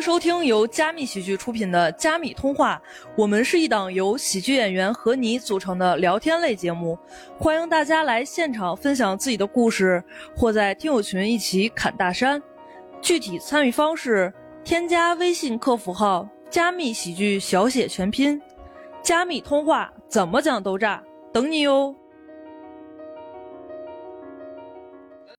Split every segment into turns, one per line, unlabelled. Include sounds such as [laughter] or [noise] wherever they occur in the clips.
收听由加密喜剧出品的《加密通话》，我们是一档由喜剧演员和你组成的聊天类节目，欢迎大家来现场分享自己的故事，或在听友群一起侃大山。具体参与方式：添加微信客服号“加密喜剧”小写全拼，“加密通话”怎么讲都炸，等你哟！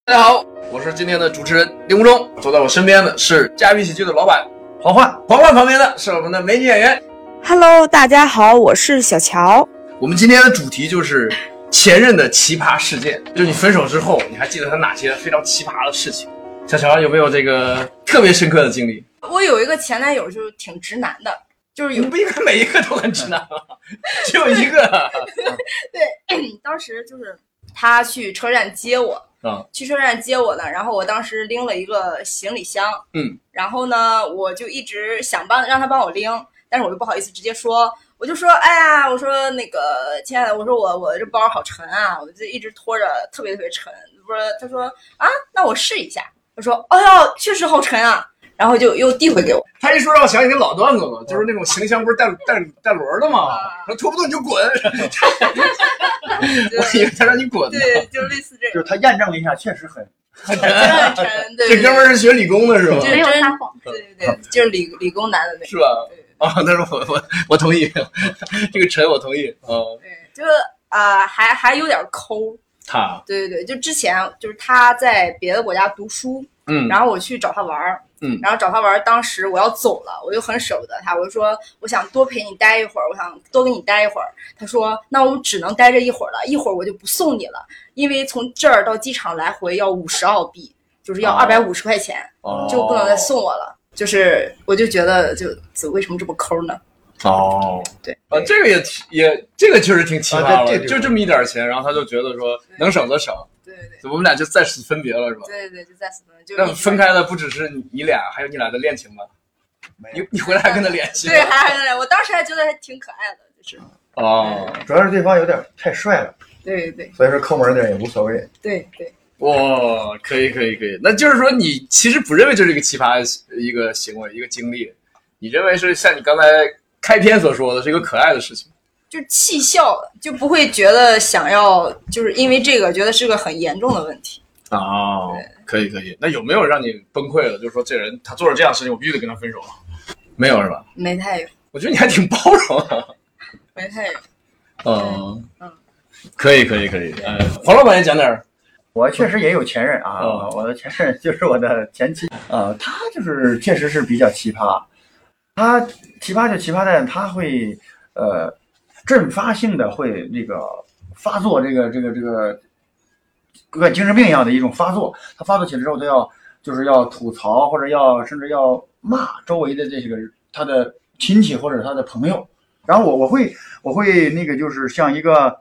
大家好，我是今天的主持人林无中，坐在我身边的是嘉宾喜剧的老板黄焕，黄焕旁边的是我们的美女演员。
Hello，大家好，我是小乔。
我们今天的主题就是前任的奇葩事件，就是你分手之后，你还记得他哪些非常奇葩的事情？小乔有没有这个特别深刻的经 [laughs] 历？
我有一个前男友，就是挺直男的，就是
你
有
不应该每一个都很直男啊吗？只有一个啊
[laughs] 对， [clears throat] 当时就是他去车站接我，
啊
去车站接我呢，然后我当时拎了一个行李箱，
嗯，
然后呢，我就一直想帮让他帮我拎，但是我又不好意思直接说，我就说，哎呀，我说那个亲爱的，我说我我这包好沉啊，我就一直拖着，特别特别沉。不是，他说啊，那我试一下。我说，
哦
哎呦，确实好沉啊，然后就又递回给我。
他一说让我想起老段子了，就是那种行李箱不是带带带轮儿的吗？然后拖不动你就滚， [laughs]
对
我以为他让你滚呢。
对，就类似这
就
种，
是他验证了一下，确
[laughs]
实很
真的很沉，对，
这哥们
儿，
儿是学理工的是吗？
对
没有撒谎。
对对对，就是理理工男的那种，
是吧？ [laughs] 啊，但是我我我同意， [laughs] 这个陈我同意。嗯，
对，就是啊、呃还还有点抠，
他，
对对对，就之前就是他在别的国家读书，
嗯
然后我去找他玩儿，
嗯
然后找他玩儿，当时我要走了，我就很舍不得他，我就说我想多陪你待一会儿，我想多跟你待一会儿。他说那我们只能待这一会儿了，一会儿我就不送你了，因为从这儿到机场来回要五十澳币，就是要
哦
二百五十块钱，
哦
就不能再送我了。就是我就觉得就就为什么这么抠呢？
哦，
对，
啊，这个也挺也这个确实挺奇葩
啊
的，
对这个
就这么一点钱，然后他就觉得说能省则省，
对对对
我们俩就再次分别了是吧？
对对，就再次分就
那分开的不只是你你俩，还有你俩的恋情吧？
没
你你回来还跟他联系吗？
对，还还我当时还觉得还挺可爱的，就是
哦，
主要是对方有点太帅了，
对对
所以说抠门儿的人也无所谓。
对对
[laughs] 哇，可以可以可以，那就是说你其实不认为这是一个奇葩的一个行为一个经历，你认为是像你刚才开篇所说的是一个可爱的事情。
就气笑了，就不会觉得想要，就是因为这个觉得是个很严重的问题。
哦，可以可以。那有没有让你崩溃了？就是说这人他做了这样的事情，我必须得跟他分手。啊没有是吧？
没太有，
我觉得你还挺包容啊。
没太有，
[laughs] 嗯
嗯，
可以可以可以。呃，黄老板也讲点儿。
我确实也有前任啊，
哦
我的前任就是我的前妻，呃，她就是确实是比较奇葩，她奇葩就奇葩在她会呃阵发性的会那个发作这个这个这个跟精神病一样的一种发作，她发作起来之后，她要就是要吐槽或者要甚至要骂周围的这些个她的亲戚或者她的朋友，然后我我会我会那个就是像一个。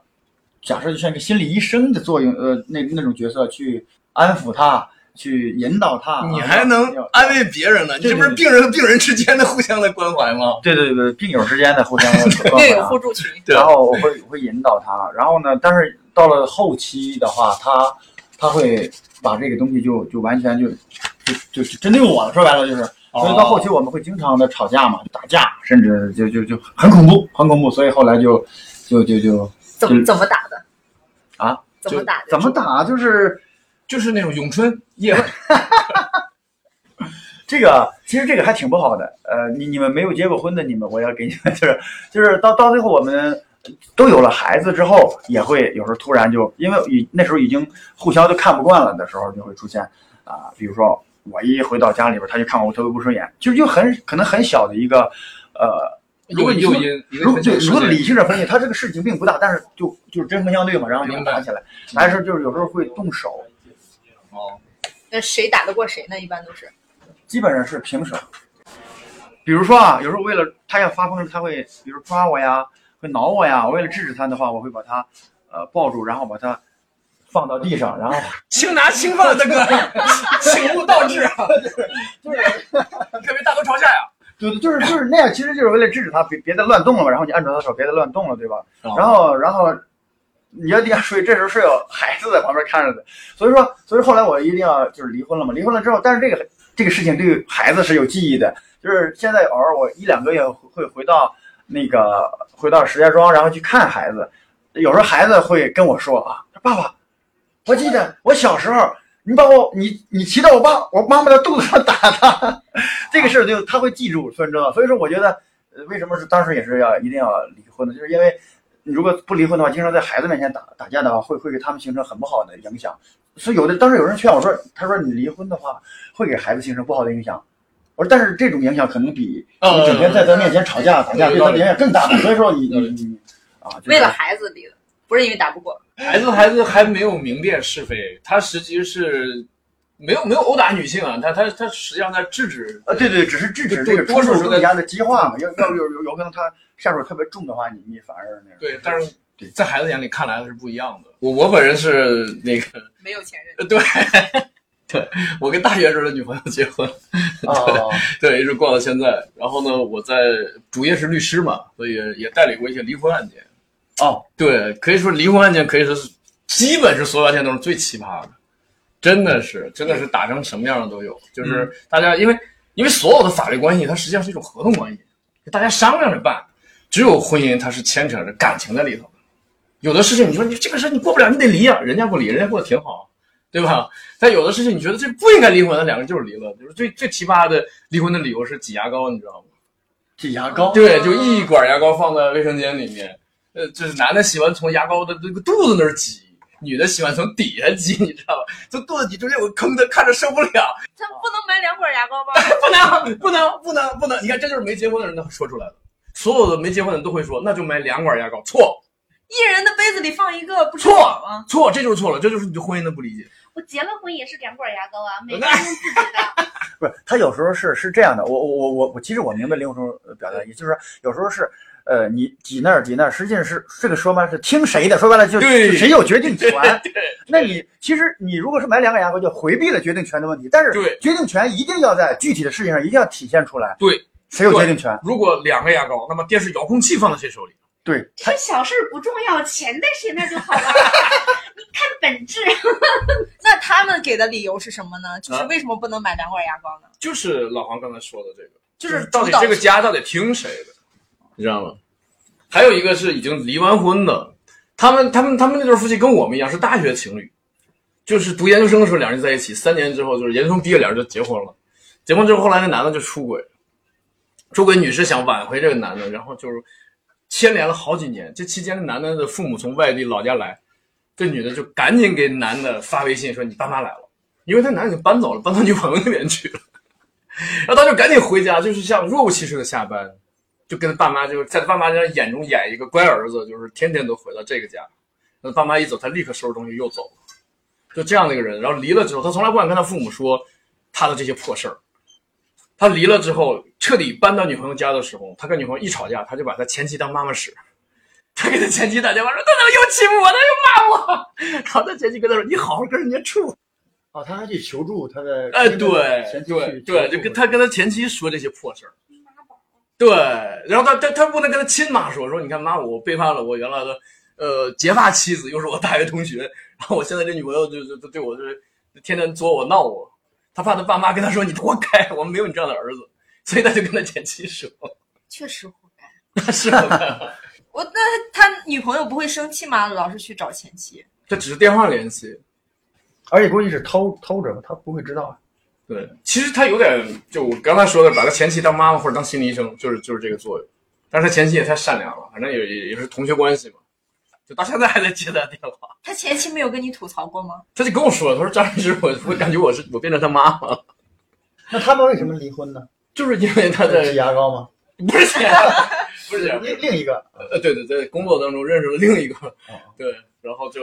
假设就像一个心理医生的作用，呃，那那种角色去安抚他，去引导他。
你
啊
还能
要
安慰别人呢？你
对
这不是病人和病人之间的互相的关怀吗？
对对对，病友之间的互相
[laughs]
关怀
略
啊
[laughs]
有互助群。
对
然后我会我会引导他，然后呢，但是到了后期的话，他他会把这个东西就就完全就就就是针对我了，说白了就是，
哦
所以到后期我们会经常的吵架嘛，打架，甚至就就就很恐怖，很恐怖，所以后来就就就就
怎么怎么打的？
啊？
怎么打的？
怎么？打就是。
就是那种咏春
[laughs]
夜晚。
[laughs] 这个其实这个还挺不好的，呃，你你们没有结过婚的，你们我要给你们就是就是到到最后我们都有了孩子之后，也会有时候突然就因为已那时候已经互相都看不惯了的时候，就会出现啊、比如说我一回到家里边儿，他就看我特别不顺眼，就就很可能很小的一个呃，如果你
诱
说
因，一
如
个
果对如果理性的分析，他这个事情并不大，但是就就是针锋相对嘛，然后就
明白
打起来，打的时候就是有时候会动手，
哦，
那谁打得过谁呢？一般都是
基本上是平手。比如说啊，有时候为了他要发疯，他会比如抓我呀，会挠我呀。我为了制止他的话，我会把他呃抱住，然后把他放到地上，然后
轻拿轻放，大哥，
[laughs]
请勿倒置啊！就是，别别大头朝下呀。
对对，就是就是那样，其实就是为了制止他别别再乱动了嘛。然后你按住他的手，别再乱动了，对吧？
哦
然后然后你要地下睡，这时候是有孩子在旁边看着的。所以说，所以后来我一定要就是离婚了嘛。离婚了之后，但是这个这个事情对孩子是有记忆的，就是现在偶尔我一两个月会回到那个回到石家庄，然后去看孩子。有时候孩子会跟我说啊，爸爸，我记得我小时候，你把我你你骑到我爸我妈妈的肚子上打他，这个事儿就他会记住，所以知道。所以说，我觉得呃为什么是当时也是要一定要离婚呢？就是因为你如果不离婚的话，经常在孩子面前打打架的话，会会给他们形成很不好的影响。所以有的当时有人劝我说，他说你离婚的话会给孩子形成不好的影响。我说，但是这种影响可能比
嗯
你整天在他面前吵
哦
架打架对他的影响更大。所以说你你你啊，就是
为了孩子离的，不是因为打不过。
孩子孩子还没有明辨是非，他实际是没有没有殴打女性啊，他他他实际上在制止。
呃，对对，只是制止这个
多数
冲
是
突
在
更加的激化嘛。要要有有有可能他下手特别重的话，你你反而那个。
对，但是
对
在孩子眼里看来是不一样的。我我本人是那个，
没有前任，
对对，我跟大学时候的女朋友结婚，
哦，
对，一直逛到现在。然后呢，我在主业是律师嘛，所以也代理过一些离婚案件。
哦，
对，可以说离婚案件可以说是基本是所有案件中最奇葩的，真的是真的是打成什么样的都有。
嗯
就是大家因为因为所有的法律关系它实际上是一种合同关系，大家商量着办。只有婚姻它是牵扯着感情在里头的，有的事情你说你这个事儿你过不了，你得离啊，人家不离，人家过得挺好，对吧？但有的事情你觉得这不应该离婚，那两个人就是离了。就是最最奇葩的离婚的理由是挤牙膏，你知道吗？
挤牙膏。
对，就一管牙膏放在卫生间里面，呃，就是男的喜欢从牙膏的这个肚子那儿挤，女的喜欢从底下挤，你知道吧？从肚子底中间有个坑，他看着受不了， [laughs]
他不能买两管牙 [laughs] 膏吗？
不能，不能，不能，不能！你看，这就是没结婚的人他说出来的，所有的没结婚的人都会说，那就买两管牙膏，错
一人的杯子里放一个，不是
错
好吗？
错，这就是错了，这就是你对婚姻的不理解。
我结了婚也是两管牙膏啊，每个人用自己的。
不是，他有时候是是这样的，我我我我我，其实我明白林红呃表达的意思，就是说有时候是，呃，你挤那儿挤那儿，实际上是这个说白了是听谁的，说白了就
对
谁有决
[laughs]
定权。那你其实你如果是买两个牙膏，就回避了决定权的问题，但是
对
决定权一定要在具体的事情上一定要体现出来。
对，
谁有决定权？
如果两个牙膏，那么电视遥控器放在谁手里？
对，
这小事儿不重要，钱在谁那就
[laughs]
好了。你看本质，
那他们给的理由是什么呢？就是为什么不能买两管牙膏呢？
就是老黄刚才说的这个，
就
就是是到
主
底
导
这个家到底听谁的，你知道吗？还有一个是已经离完婚的，他们他们他们那对夫妻跟我们一样是大学情侣，就是读研究生的时候两人在一起，三年之后就是研究生毕业两人就结婚了，结婚之后后来那男的就出轨，出轨女士想挽回这个男的，然后就是牵连了好几年，这期间那男的的父母从外地老家来，这女的就赶紧给男的发微信说你爸妈来了，因为那男的已经搬走了，搬到女朋友那边去了。然后他就赶紧回家，就是像若无其事的下班，就跟爸妈就在爸妈家眼中演一个乖儿子，就是天天都回到这个家。那爸妈一走，他立刻收拾东西又走了，就这样的一个人。然后离了之后，他从来不敢跟他父母说他的这些破事儿。他离了之后，彻底搬到女朋友家的时候，他跟女朋友一吵架，他就把他前妻当妈妈使。他给他前妻打电话说：“他怎么又欺负我？他又骂我。” [laughs] 然后他前妻跟他说：“你好好跟人家处。”
哦，他还去求助他的
哎，对对对，就跟他跟他前妻说这些破事儿。对，然后他他他不能跟他亲妈说，说你看妈，我背叛了我原来的呃结发妻子，又是我大学同学，然后我现在这女朋友就就就对我就是天天作我闹我，他怕他爸妈跟他说你活该，我们没有你这样的儿子，所以他就跟他前妻说， [laughs]
确实活该。
是 [laughs] 吧？
我那他女朋友不会生气吗？老是去找前妻，
这只是电话联系，
而且估计是偷偷着，他不会知道啊。
对，其实他有点，就我刚才说的，把他前妻当妈妈或者当心理医生，就是就是这个作用。但是他前妻也太善良了，反正也也也是同学关系嘛，就到现在还在接他电话。
他前妻没有跟你吐槽过吗？
他就跟我说，他说张律师，我我感觉我是我变成他妈了，
那他们为什么离婚呢？
就是因为他
挤
在
牙膏吗？
不是不是
另另一个，
呃对对对，工作当中认识了另一个
哦，
对，然后就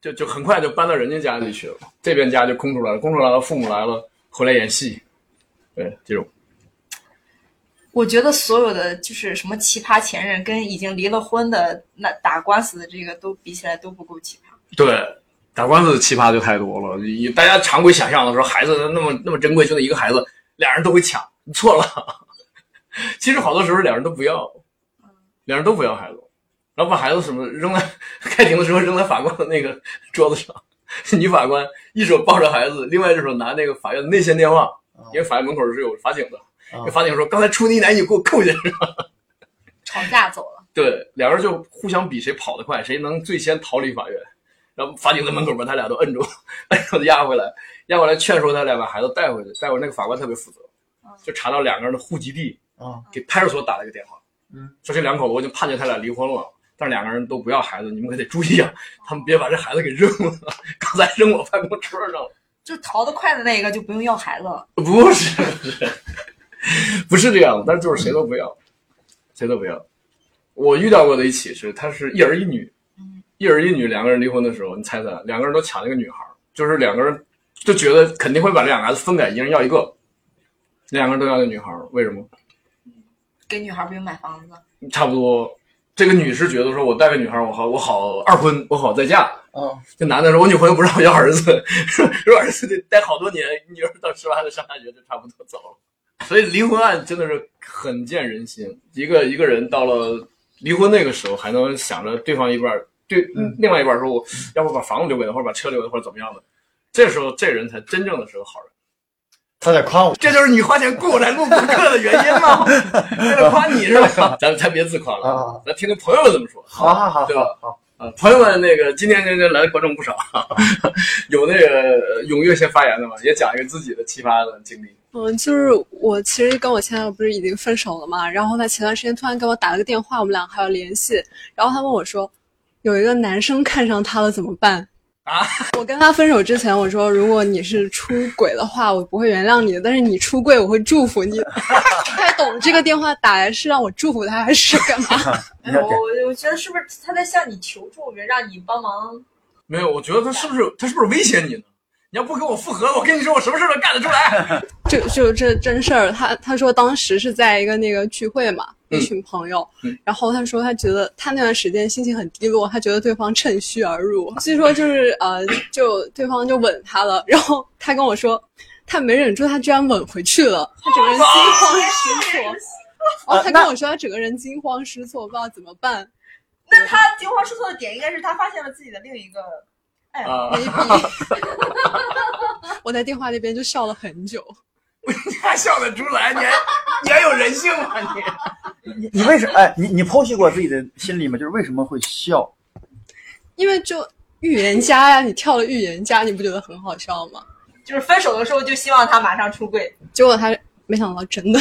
就就很快就搬到人家家里去了，这边家就空出来了，空出来了，父母来了，回来演戏，对这种。
我觉得所有的就是什么奇葩前任跟已经离了婚的那打官司的这个都比起来都不够奇葩。
对，打官司的奇葩就太多了。以大家常规想象的时候，孩子那么那么珍贵，就那一个孩子，俩人都会抢，你 [laughs] 错了。其实好多时候俩人都不要，俩人都不要孩子。然后把孩子什么扔在开庭的时候扔在法官的那个桌子上，女法官一手抱着孩子，另外一手拿那个法院内线电话，因为法院门口是有法警的，
啊
那法警说刚才出你奶你给我扣下，
吵架走了，
对，两人就互相比谁跑得快，谁能最先逃离法院。然后法警在门口把他俩都摁住， [laughs] 摁住押回来，押回来劝说他俩把孩子带回去。带回来那个法官特别负责，就查到两个人的户籍地，
啊
给派出所打了一个电话，
嗯，
说这两口子我已经判决他俩离婚了，但是两个人都不要孩子，你们可得注意啊，他们别把这孩子给扔了， [laughs] 刚才扔我办公桌上了。
就逃得快的那个就不用要孩子了。
[laughs] 不是，不是，不是这样的，但是就是谁都不要，谁都不要。我遇到过的一起是，他是一儿一女，一儿一女两个人离婚的时候，你猜猜，两个人都抢那个女孩儿，就是两个人就觉得肯定会把这两个孩子分开，一人要一个，两个人都要那女孩儿，为什么？
给女孩不用买房子，
差不多，这个女士觉得说，我带个女孩儿，我好，我好二婚，我好再嫁。
啊
这男的说，我女朋友不让我要儿子，
嗯
[laughs] 说说儿子得待好多年，女儿到十八岁上大学就差不多走了。所以离婚案真的是很见人心。一个一个人到了离婚那个时候，还能想着对方一半儿对、
嗯
另外一半儿说，我要不把房子留给他，或者把车留给他，或者怎么样的。这时候这人才真正的是个好人。
他在夸我，
这就是你花钱雇我来录播客的原因吗？为了夸你是
[laughs]
吧？咱咱别自夸了
啊，
咱听听朋友们怎么说。
好好好
对吧
好，
啊，朋友们，那个今天这这来的观众不少， [laughs] 有那个踊跃先发言的嘛，也讲一个自己的奇葩的经历。
嗯，就是我其实跟我前男友不是已经分手了嘛，然后他前段时间突然给我打了个电话，我们俩还有联系，然后他问我说，有一个男生看上他了怎么办？
啊！
[laughs] 我跟他分手之前，我说如果你是出轨的话，我不会原谅你的，但是你出柜，我会祝福你。不太懂这个电话打来是让我祝福他还是干嘛？
你
哎
看
我我我觉得是不是他在向你求助，让你帮忙？
没有，我觉得他是不是他是不是威胁你呢？你要不跟我复合，我跟你说我什么事儿都干得出来。 [laughs]
就就这真事儿，他他说当时是在一个那个聚会嘛，
嗯
一群朋友，
嗯
然后他说他觉得他那段时间心情很低落，他觉得对方趁虚而入，据说就是呃，就对方就吻他了，然后他跟我说他没忍住，他居然吻回去了，他整个人惊慌失措，
啊
然后他跟我说他整个人惊慌失措，不知道怎么办，
那他惊慌失措的点应该是他发现了自己的另一个
啊，
没笔。 [laughs] 我在电话那边就笑了很久，
你还笑得出来？你还你还有人性吗？你
你你为什哎你你剖析过自己的心理吗？就是为什么会笑？
[laughs] 因为就预言家呀，你跳了预言家，你不觉得很好笑吗？
就是分手的时候就希望他马上出柜，
结果他没想到真的，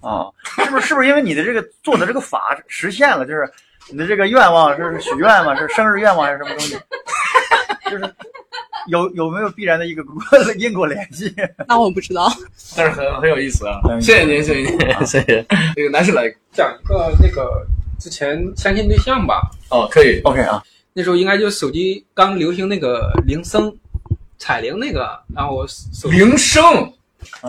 啊，是不是是不是因为你的这个做的这个法实现了，就是你的这个愿望是是许愿吗？是生日愿望还是什么东西？就是有有没有必然的一个 [laughs] 因果联系？
那我不知道。
[laughs] 但是很很有意思啊！啊
嗯
谢谢您，谢谢您，谢谢。那个男士来
讲一个那个之前相亲对象吧，
哦，可以
OK 啊，
那时候应该就手机刚流行那个铃声，彩铃那个，然后我手机
铃声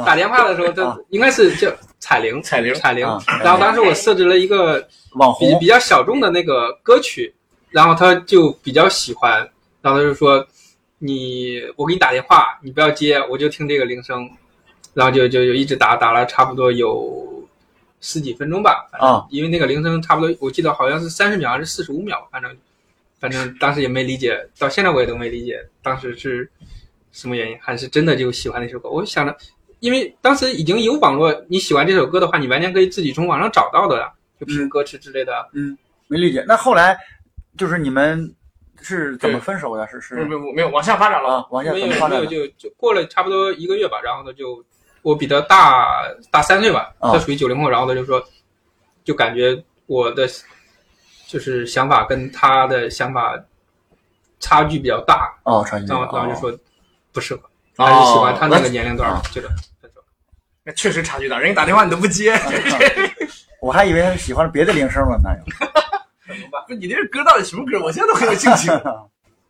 打电话的时候，
啊
就应该是叫彩铃，
彩铃
彩铃
啊。
然后当时我设置了一个
网
比
红
比较小众的那个歌曲，然后他就比较喜欢，然后他就说你我给你打电话，你不要接，我就听这个铃声，然后就就就一直打打了差不多有十几分钟吧，反正
啊
因为那个铃声差不多我记得好像是三十秒还是四十五秒，反正反正当时也没理解，到现在我也都没理解当时是什么原因，还是真的就喜欢那首歌，我想着。因为当时已经有网络，你喜欢这首歌的话，你完全可以自己从网上找到的呀，就
嗯
拼歌词之类的。啊
没理解。那后来就是你们是怎么分手的？是
没有没
是
有没有往下发展了
啊，往下
没
怎
有
么发
没
展
有，就
的？
就过了差不多一个月吧，然后他就我比他大大三岁吧，
啊
他属于九零后，然后他就说，就感觉我的就是想法跟他的想法差距比较大，
哦，超级
然后然后就说不适合，
哦
还是喜欢他那个年龄段
哦
儿，觉得分手。
那确实差距大，人家打电话你都不 [laughs] 接，
我还以为他是喜欢别的铃声了呢。
不是你这歌到底什么歌？我现在都很有兴
[laughs]
趣。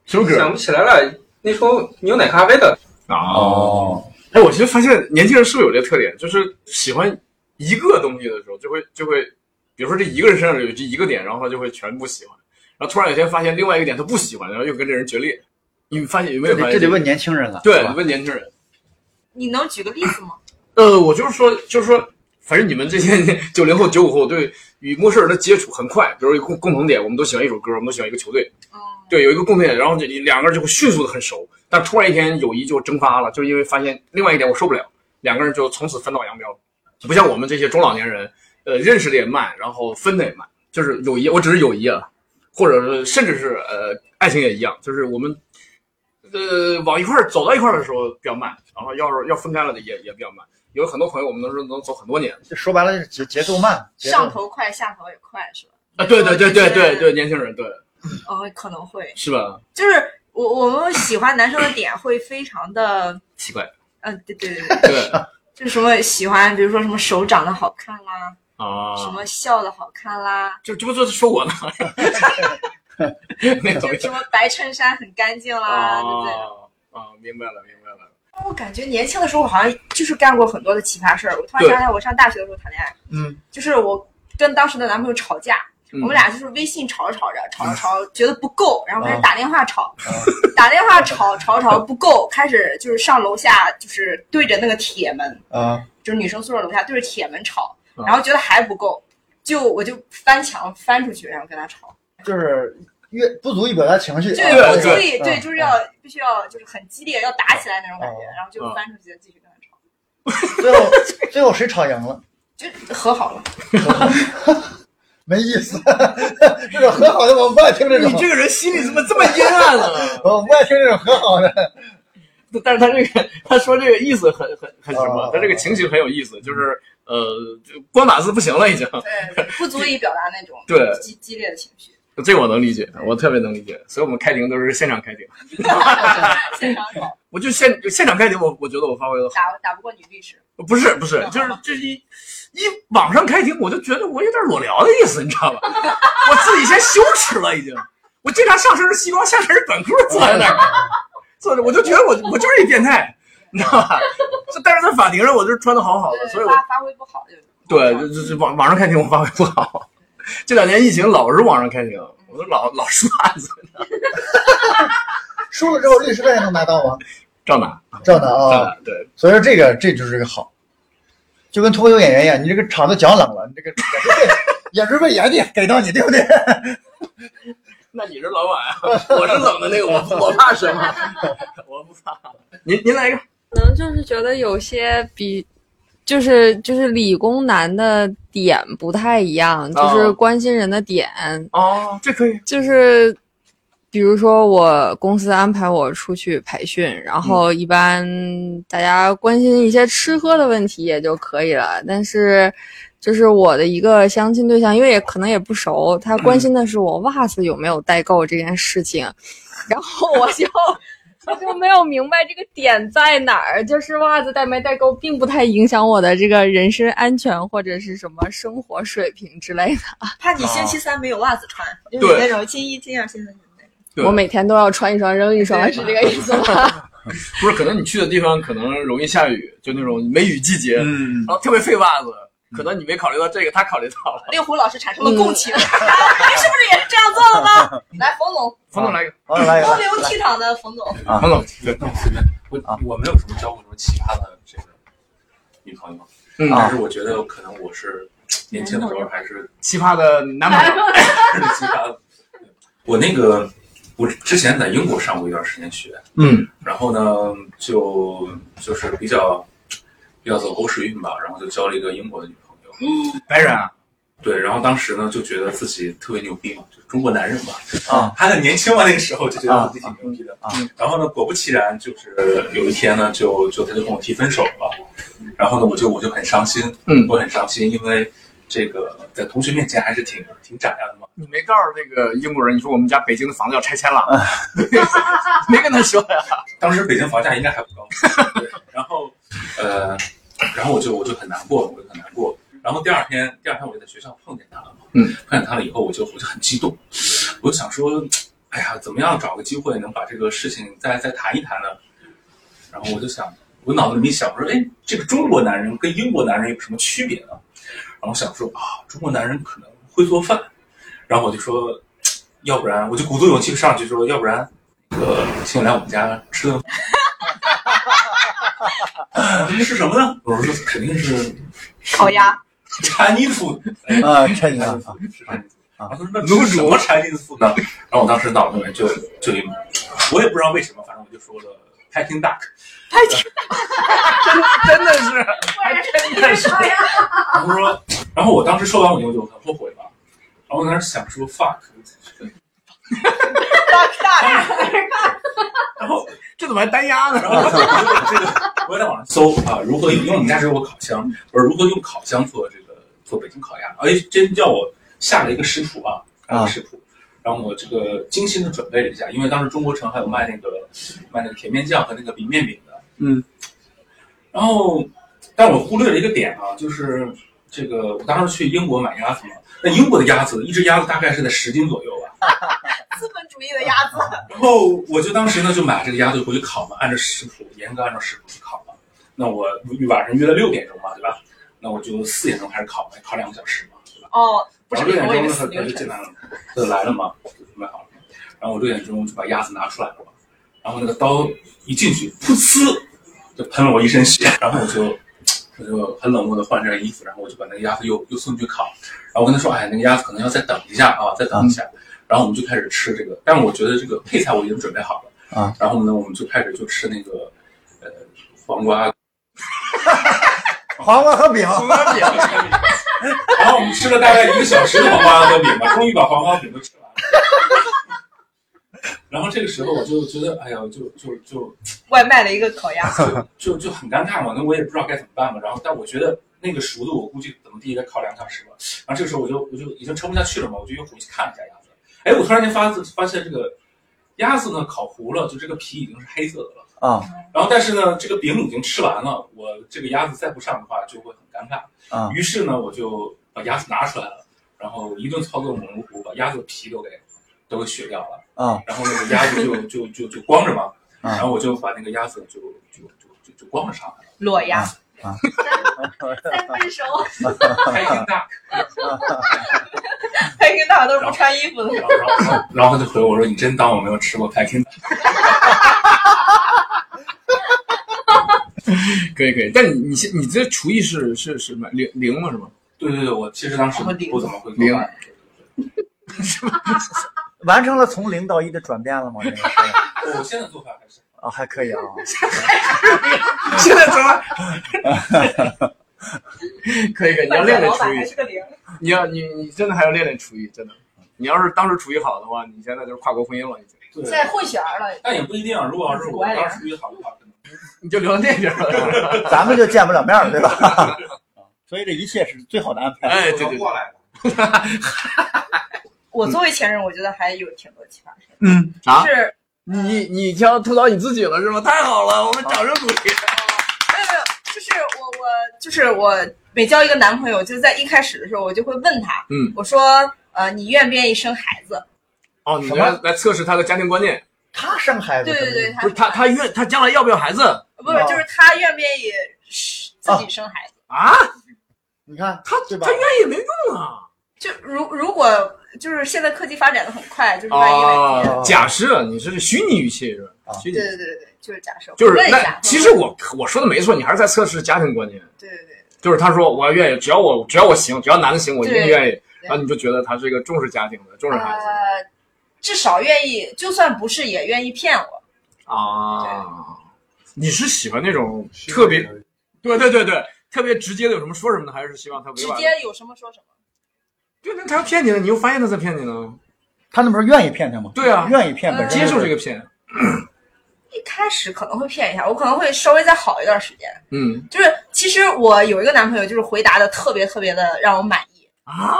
什么
想不起来了，那时候牛奶咖啡的，
哦，，哎，我其实发现年轻人是不是有这个特点，就是喜欢一个东西的时候，就会就会，比如说这一个人身上有这一个点，然后他就会全部喜欢，然后突然有一天发现另外一个点他不喜欢，然后又跟这人决裂。你发现有没
这
有发
得
现个？
这得问年轻人了。
对
是，吧
问年轻人。 [laughs]
你能举个例子吗？
呃，我就是说，就是说，反正你们这些 [laughs] 九零后、九五后对与陌生人的接触很快，比如有共共同点，我们都喜欢一首歌，我们都喜欢一个球队，对，有一个共同点，然后这两个人就会迅速的很熟，但突然一天友谊就蒸发了，就是因为发现另外一点我受不了，两个人就从此分道扬镳了。不像我们这些中老年人，呃，认识的也慢，然后分的也慢，就是友谊，我只是友谊啊，或者是甚至是呃，爱情也一样，就是我们呃往一块儿走到一块儿的时候比较慢，然后要是要分开了的也也比较慢。有很多朋友，我们能说能走很多年
说白了就是节节奏慢，节奏
上头快，下头也快，是吧？
啊！对对对对对对，年轻人对
哦，可能会，
是吧？
就是我我们喜欢男生的点会非常的，
奇怪，
嗯、对对对对，
对
就是什么喜欢，比如说什么手长得好看啦，什
啊，
么笑的好看啦，
就这不就是说我
[laughs]
呢？那
就
怎么
是什么白衬衫很干净啦，对不对？
啊啊，明白了明白了，
我感觉年轻的时候，我好像就是干过很多的奇葩事儿。我突然想起来，我上大学的时候谈恋爱，
嗯，
就是我跟当时的男朋友吵架，
嗯
我们俩就是微信吵着吵着，吵着吵着觉得不够，然后开始打电话吵， [laughs] 打电话吵吵着吵着不够，开始就是上楼下，就是对着那个铁门，
啊，
就是女生宿舍楼下对着铁门吵，
啊
然后觉得还不够，就我就翻墙翻出去，然后跟他吵，
就是越不足以表达情绪，
就
啊
不足以
嗯
对，
嗯
就是要必须要就是很激烈，要打起来那种感觉
啊，
然后就
啊
翻出去继续跟他吵，
最后最后谁吵赢了，
就和好
[laughs]
了。
没意思， [laughs] 这种和好的我不爱听这种
你，这个人心里怎么这么阴暗啊？
[laughs] 我不爱听这种和好的，
但是他这个他说这个意思很很很什么
哦？
他这个情绪很有意思，就是呃，就光打字不行了已经。
对，不足以表达那种
对
激激烈的情绪。
[laughs] 这个我能理解，我特别能理解。所以我们开庭都是现场开庭，
现场搞
我就现现场开庭我，我觉得我发挥的
打打不过女律师，
好，不是不是，就是这一一网上开庭，我就觉得我有点裸聊的意思，你知道吧？ [laughs] 我自己先羞耻了已经，我经常上身是西装，下身是短裤坐在那儿，坐着我就觉得我我就是一变态，你知道吧？这但是在法庭上我就是穿的好好 [laughs] 的，所以我
发发挥不好就
对，这这这网网上开庭我发挥不好，这两年疫情老是网上开庭，我都老老输案子，
输了之后律师费能拿到吗？
照拿
这样的
照
啊，
拿，对，
所以说这个这就是个好，就跟脱口秀演员一样，你这个场子讲冷了，你这个
[laughs]
也是被也是被演的给到你，对
[laughs]
不对？
那你是老板啊， [laughs] 我是冷的那个，我我怕什么？ [laughs] 我不怕。您您来一个，
可能就是觉得有些比，就是就是理工男的点不太一样，
哦
就是关心人的点，
哦，这可以，
就是比如说我公司安排我出去培训，然后一般大家关心一些吃喝的问题也就可以了，但是。就是我的一个相亲对象，因为也可能也不熟，他关心的是我袜子有没有代购这件事情，然后我就我就没有明白这个点在哪儿，就是袜子代没代购，并不太影响我的这个人身安全或者是什么生活水平之类的。啊
怕你星
啊
期三没有袜子穿，就是那种星一、星二、星三。
对
我每天都要穿一双扔一双，是这个意思吗？
不是，可能你去的地方可能容易下雨，就那种梅雨季节，
嗯
然后特别费袜子，可能你没考虑到这个，他考虑到了。
令狐老师产生了共 [laughs]
嗯
情，你是不是也是这样做的吗？ [laughs] 来，冯总，
冯总来一个，
好，啊来一
风
个，
流倜傥的冯总，
啊
冯总对，
我
啊
我没有什么交过什么奇葩的这个女朋友，
嗯
但是我觉得可能我是年轻的时候还是
奇葩的男朋 [laughs] 友，
还是奇葩的。我那个我之前在英国上过一段时间学，
嗯，
然后呢就就是比较比较走狗屎运吧，然后就交了一个英国的女朋友。
白人啊，
对，然后当时呢就觉得自己特别牛逼嘛，就是中国男人嘛，
啊，
[laughs] 还很年轻嘛，那个时候就觉得自己挺牛逼的
啊
啊
然后呢，果不其然，就是有一天呢，就就他就跟我提分手了，然后呢，我就我就很伤心，
嗯
我很伤心，因为这个在同学面前还是挺挺展亮的嘛。
你没告诉那个英国人，你说我们家北京的房子要拆迁了，
[laughs]
[laughs] 没跟他说呀？
当时北京房价应该还不高，对然后呃，然后我就我就很难过，我就很难过。然后第二天，第二天我就在学校碰见他了嘛，
嗯，
碰见他了以后，我就我就很激动，我就想说，哎呀，怎么样找个机会能把这个事情再再谈一谈呢？然后我就想，我脑子里面想我说，哎，这个中国男人跟英国男人有什么区别呢？然后我想说啊，中国男人可能会做饭，然后我就说，要不然我就鼓足勇气上去说，要不然，呃，请你来我们家吃顿饭。我说是什么呢？我说肯定是
烤鸭，
产你
[laughs]
组
啊，产你
组啊，他说那卤什么产你组呢？然后我当时脑子里面就就一，我也不知道为什么，反正我就说了 packing duck，
真的是，
还
[laughs]
真的是。
[laughs]
然后说，然后我当时说完我就就很后悔了，然后我在那儿想说 fuck，然后
这怎么还单压呢？
然后我就这个我在网上搜啊，如何用，因为我们家只有个烤箱，我说如何用烤箱做这个做北京烤鸭，哎，真叫我下了一个食谱啊， [laughs] 啊食谱，然后我这个精心的准备了一下，因为当时中国城还有卖那个卖那个甜面酱和那个饼面饼的，
嗯，
然后但我忽略了一个点啊，就是这个我当时去英国买鸭子嘛，那英国的鸭子一只鸭子大概是在十斤左右吧。
[laughs] 资本主义的鸭子，
然后我就当时呢就买这个鸭子回去烤嘛，按照食谱，严格按照食谱去烤嘛。那我晚上约了六点钟嘛，对吧？那我就四点钟开始烤嘛，烤两个小时嘛，对吧？
哦，不
然
是
后六点
我以为
钟呢，
是
他
凌晨
就进来了，他就来了嘛，就准备好了。然后我六点钟就把鸭子拿出来了嘛，然后那个刀一进去，噗呲就喷了我一身血，然后我就。我就很冷漠的换件衣服，然后我就把那个鸭子又又送去烤，然后我跟他说，哎，那个鸭子可能要再等一下啊，再等一下，然后我们就开始吃这个，但是我觉得这个配菜我已经准备好了。
啊，
然后呢，我们就开始就吃那个呃黄瓜，
黄瓜和饼，
瓜饼，然后我们吃了大概一个小时的黄瓜和饼吧，终于把黄瓜饼都吃完了。 [laughs] 然后这个时候我就觉得，哎呀，就就就
外卖了一个烤鸭，
就就很尴尬嘛，那我也不知道该怎么办嘛。然后，但我觉得那个熟的，我估计怎么地也得烤两个小时吧。然后这个时候我就我就已经撑不下去了嘛，我就又回去看了一下鸭子。哎，我突然间发自发现这个鸭子呢烤糊了，就这个皮已经是黑色的了。
啊
然后但是呢，这个饼已经吃完了，我这个鸭子再不上的话就会很尴尬。
啊
于是呢，我就把鸭子拿出来了，然后一顿操作猛如虎，把鸭子的皮都给都给削掉了。
啊
[laughs] 然后那个鸭子就就就就光着嘛，
啊
然后我就把那个鸭子就就就就就光着上来
裸鸭， [laughs]
三分熟，
了，开心大。
拍给大家都是不穿衣服的。
然后然后然后然后他就回我说：“你真当我没有吃过 packing？”
[laughs] 可以可以，但你你现你这厨艺是是是满零零吗？是吗？
对对对，我其实当时不怎么会做
零
饭。
完成了从零到一的转变了 [laughs] 吗？这个是
我现在做饭还是
啊，还可以啊。
现在怎么？可以可以，你要练
[laughs]
练
老
厨
板还
艺
是，个零，
你要你你真的还要练练厨艺，真的。你要是当时厨艺好的话，你现在就是跨国婚姻了，已经，
对，
在混血儿了。
但也不一定。啊如果要是我当时厨艺好的话，可能
你就留到那边了。
啊
[laughs]
咱们就见不了面儿，对吧？ [laughs] 所以这一切是最好的安排。
哎，对对对
过，来了。
我作为前任，我觉得还有挺多奇葩事儿。
嗯，
[laughs] 啊，
是
你你要吐槽你自己了是吗？太好了，我们掌声鼓励。
没有没有，就是我我就是我每交一个男朋友，就在一开始的时候，我就会问他，
嗯，
我说，呃，你愿不愿意生孩子？
哦，你
什么
来来测试他的家庭观念，
他生
哎
孩子，
对对对，，他
不是他他愿他将来要不要孩子
不是
哦
就是他愿不愿意自己生孩子？
啊？
你看
他
对吧
他愿意也没用啊。
就如如果就是现在科技发展的很快，就是万一万一，
啊，假设你是虚拟语气是吧？
哦啊
虚拟
对对对对，就是假设
就是
问一
那
下，嗯
其实我我说的没错，你还是在测试家庭观念。
对对对，
就是他说我愿意，只要我只要我行，只要男的行，我一定
对
愿意。然后你就觉得他是一个重视家庭的，重视孩子的
呃，至少愿意，就算不是也愿意骗我。
啊。你是喜欢那种特别，对对对对，特别直接的，有什么说什么的，还是希望他委
直
婉？
接有什么说什么。
对，那他要骗你了，你又发现他在骗你呢，
他那不是愿意骗他吗？
对啊
愿意骗本身
接
就
受
是
这个骗。
呃一开始可能会骗一下，我可能会稍微再好一段时间。
嗯
就是其实我有一个男朋友，就是回答的特别特别的让我满意。
啊，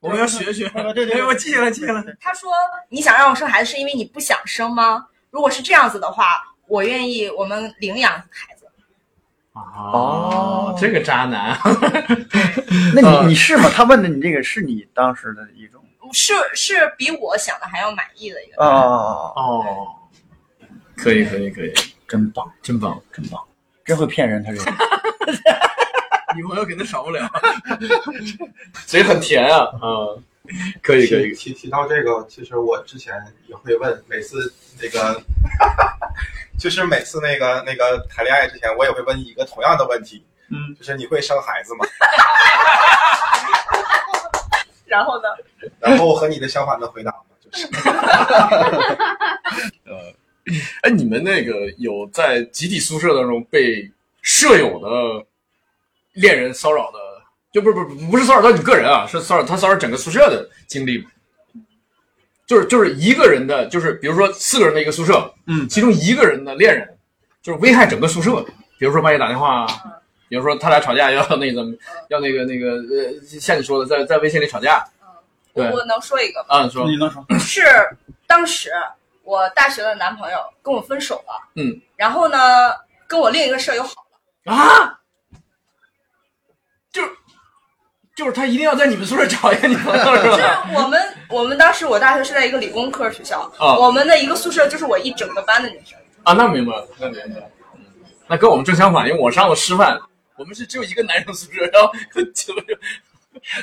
我们要学学。
对对对
哎我记下来，记下来。
他说：“你想让我生孩子，是因为你不想生吗？如果是这样子的话，我愿意我们领养孩子。
哦
这个渣男， [laughs] 呃
那你你是吗？他问的你这个是你当时的一种
是”是比我想的还要满意的一个。
啊啊啊啊！
哦，可以可以可以，
真棒，
真棒！
真棒，真会骗人，他这个
女朋友肯定少不了， [laughs] 嘴很甜啊啊，可以可以
提。提提到这个，其实我之前也会问，每次那个， [laughs] 就是每次那个那个谈恋爱之前，我也会问一个同样的问题，嗯，就是你会生孩子吗？
然后呢？
然后我和你的相反的回答嘛，就是
呃， [laughs] 哎，你们那个有在集体宿舍当中被舍友的恋人骚扰的，就不是不是不是骚扰到你个人啊，是骚扰他骚扰整个宿舍的经历吗？就是就是一个人的，就是比如说四个人的一个宿舍，嗯，其中一个人的恋人就是危害整个宿舍，比如说半夜打电话，啊比如说他俩吵架要那个怎么要那个那个呃，像你说的在在微信里吵架，
我
对，
我能说一个吗？
啊，你说你能说，
[clears throat] 是当时我大学的男朋友跟我分手了，
嗯，
然后呢，跟我另一个舍友好
了啊，就是他一定要在你们宿舍找一个女朋友是啊
就是
吧？
我们我们当时我大学是在一个理工科学校，
啊
我们的一个宿舍就是我一整个班的女生，
啊，那明白了，那明白了，嗯那跟我们正相反，因为我上过师范，我们是只有一个男生宿舍，然后就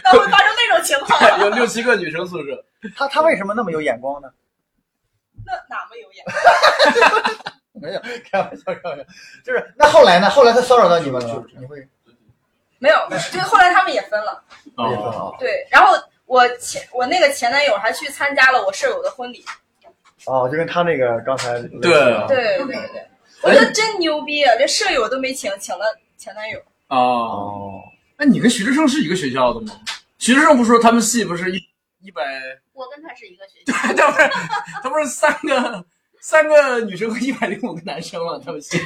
那会发生那种情况
有六七个女生宿舍。
他他为什么那么有眼光呢？
那哪没有眼？
[laughs] 没有，开玩笑，开玩笑。就是那后来呢？后来他骚扰到你们了吗？你会
没有，没有，就是后来他们也分了。
哦
对，然后我前我那个前男友还去参加了我舍友的婚礼，
哦，就跟他那个刚才
对啊
对对对对，我觉得真牛逼啊！这舍友都没请，请了前男友。
哦，那你跟徐志胜是一个学校的吗？徐志胜不是说他们系不是一一百，
我跟他是一个学校，
哎他不是三个三个女生和一百零五个男生吗？他们嗯系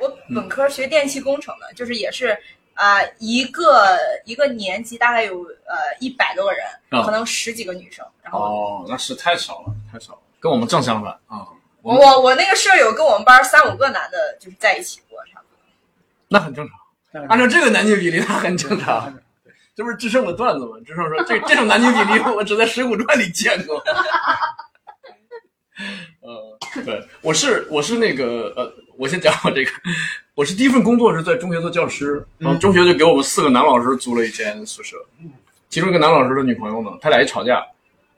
我本科学电气工程的，就是也是啊、一个一个年级大概有呃一百多个人，
啊
可能十几个女生。然后
哦，那是太少了，太少了，跟我们正相反啊。我们
我我那个舍友跟我们班三五个男的就是在一起过，差不
那很正常。按照这个男女比例，那很正常。这不是智胜的段子吗？智胜说这这种男女比例， [laughs] 我只在《水浒传》里见过。 [laughs] 呃，对，我是我是那个呃，我先讲我这个，我是第一份工作是在中学做教师，然后中学就给我们四个男老师租了一间宿舍，其中一个男老师的女朋友呢，他俩一吵架，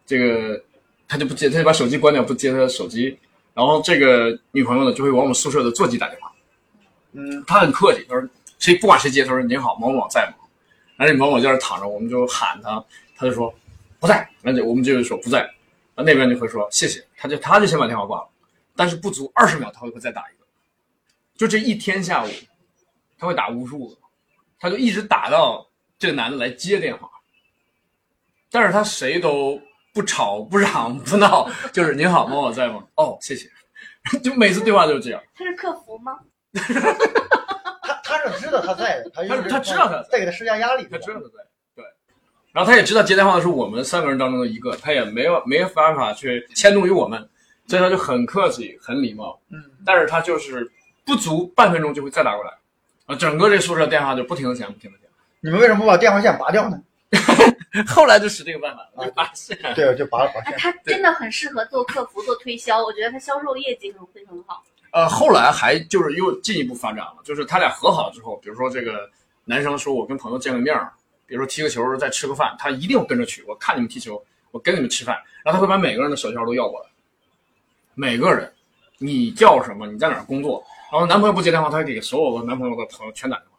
这个他就不接，他就把手机关掉，不接他的手机，然后这个女朋友呢就会往我们宿舍的座机打电话。
嗯，
他很客气，他说谁不管谁接，他说您好，某某在吗？然后那某某在那儿躺着，我们就喊他，他就说不在，那就我们就说不在，然后那边就会说谢谢，他就他就先把电话挂了，但是不足二十秒他会再打一个，就这一天下午，他会打无数个，他就一直打到这个男的来接电话，但是他谁都不吵不嚷不闹，就是您好，某某在吗？哦，谢谢，就每次对话就是这样。
他是客服吗？
他他是知道他在的，他
他他知道他在
在给他施加压力，
他知道他在。然后他也知道接电话的是我们三个人当中的一个，他也没有没办法去迁怒于我们，所以他就很客气、很礼貌。
嗯，
但是他就是不足半分钟就会再打过来，啊，整个这宿舍电话就不停的响，不停的
你们为什么不把电话线拔掉呢？
响。 [laughs] 后来就使这个办法了，就拔线。
[laughs] 对，就拔了拔
哎，
线。
他真的很适合做客服、做推销，我觉得他销售业绩很会很好。
呃，后来还就是又进一步发展了，就是他俩和好之后，比如说这个男生说我跟朋友见个面儿，比如说踢个球再吃个饭，他一定要跟着去，我看你们踢球，我跟你们吃饭，然后他会把每个人的手机号都要过来，每个人，你叫什么，你在哪儿工作，然后男朋友不接电话，他会给所有的男朋友的朋友全打电话，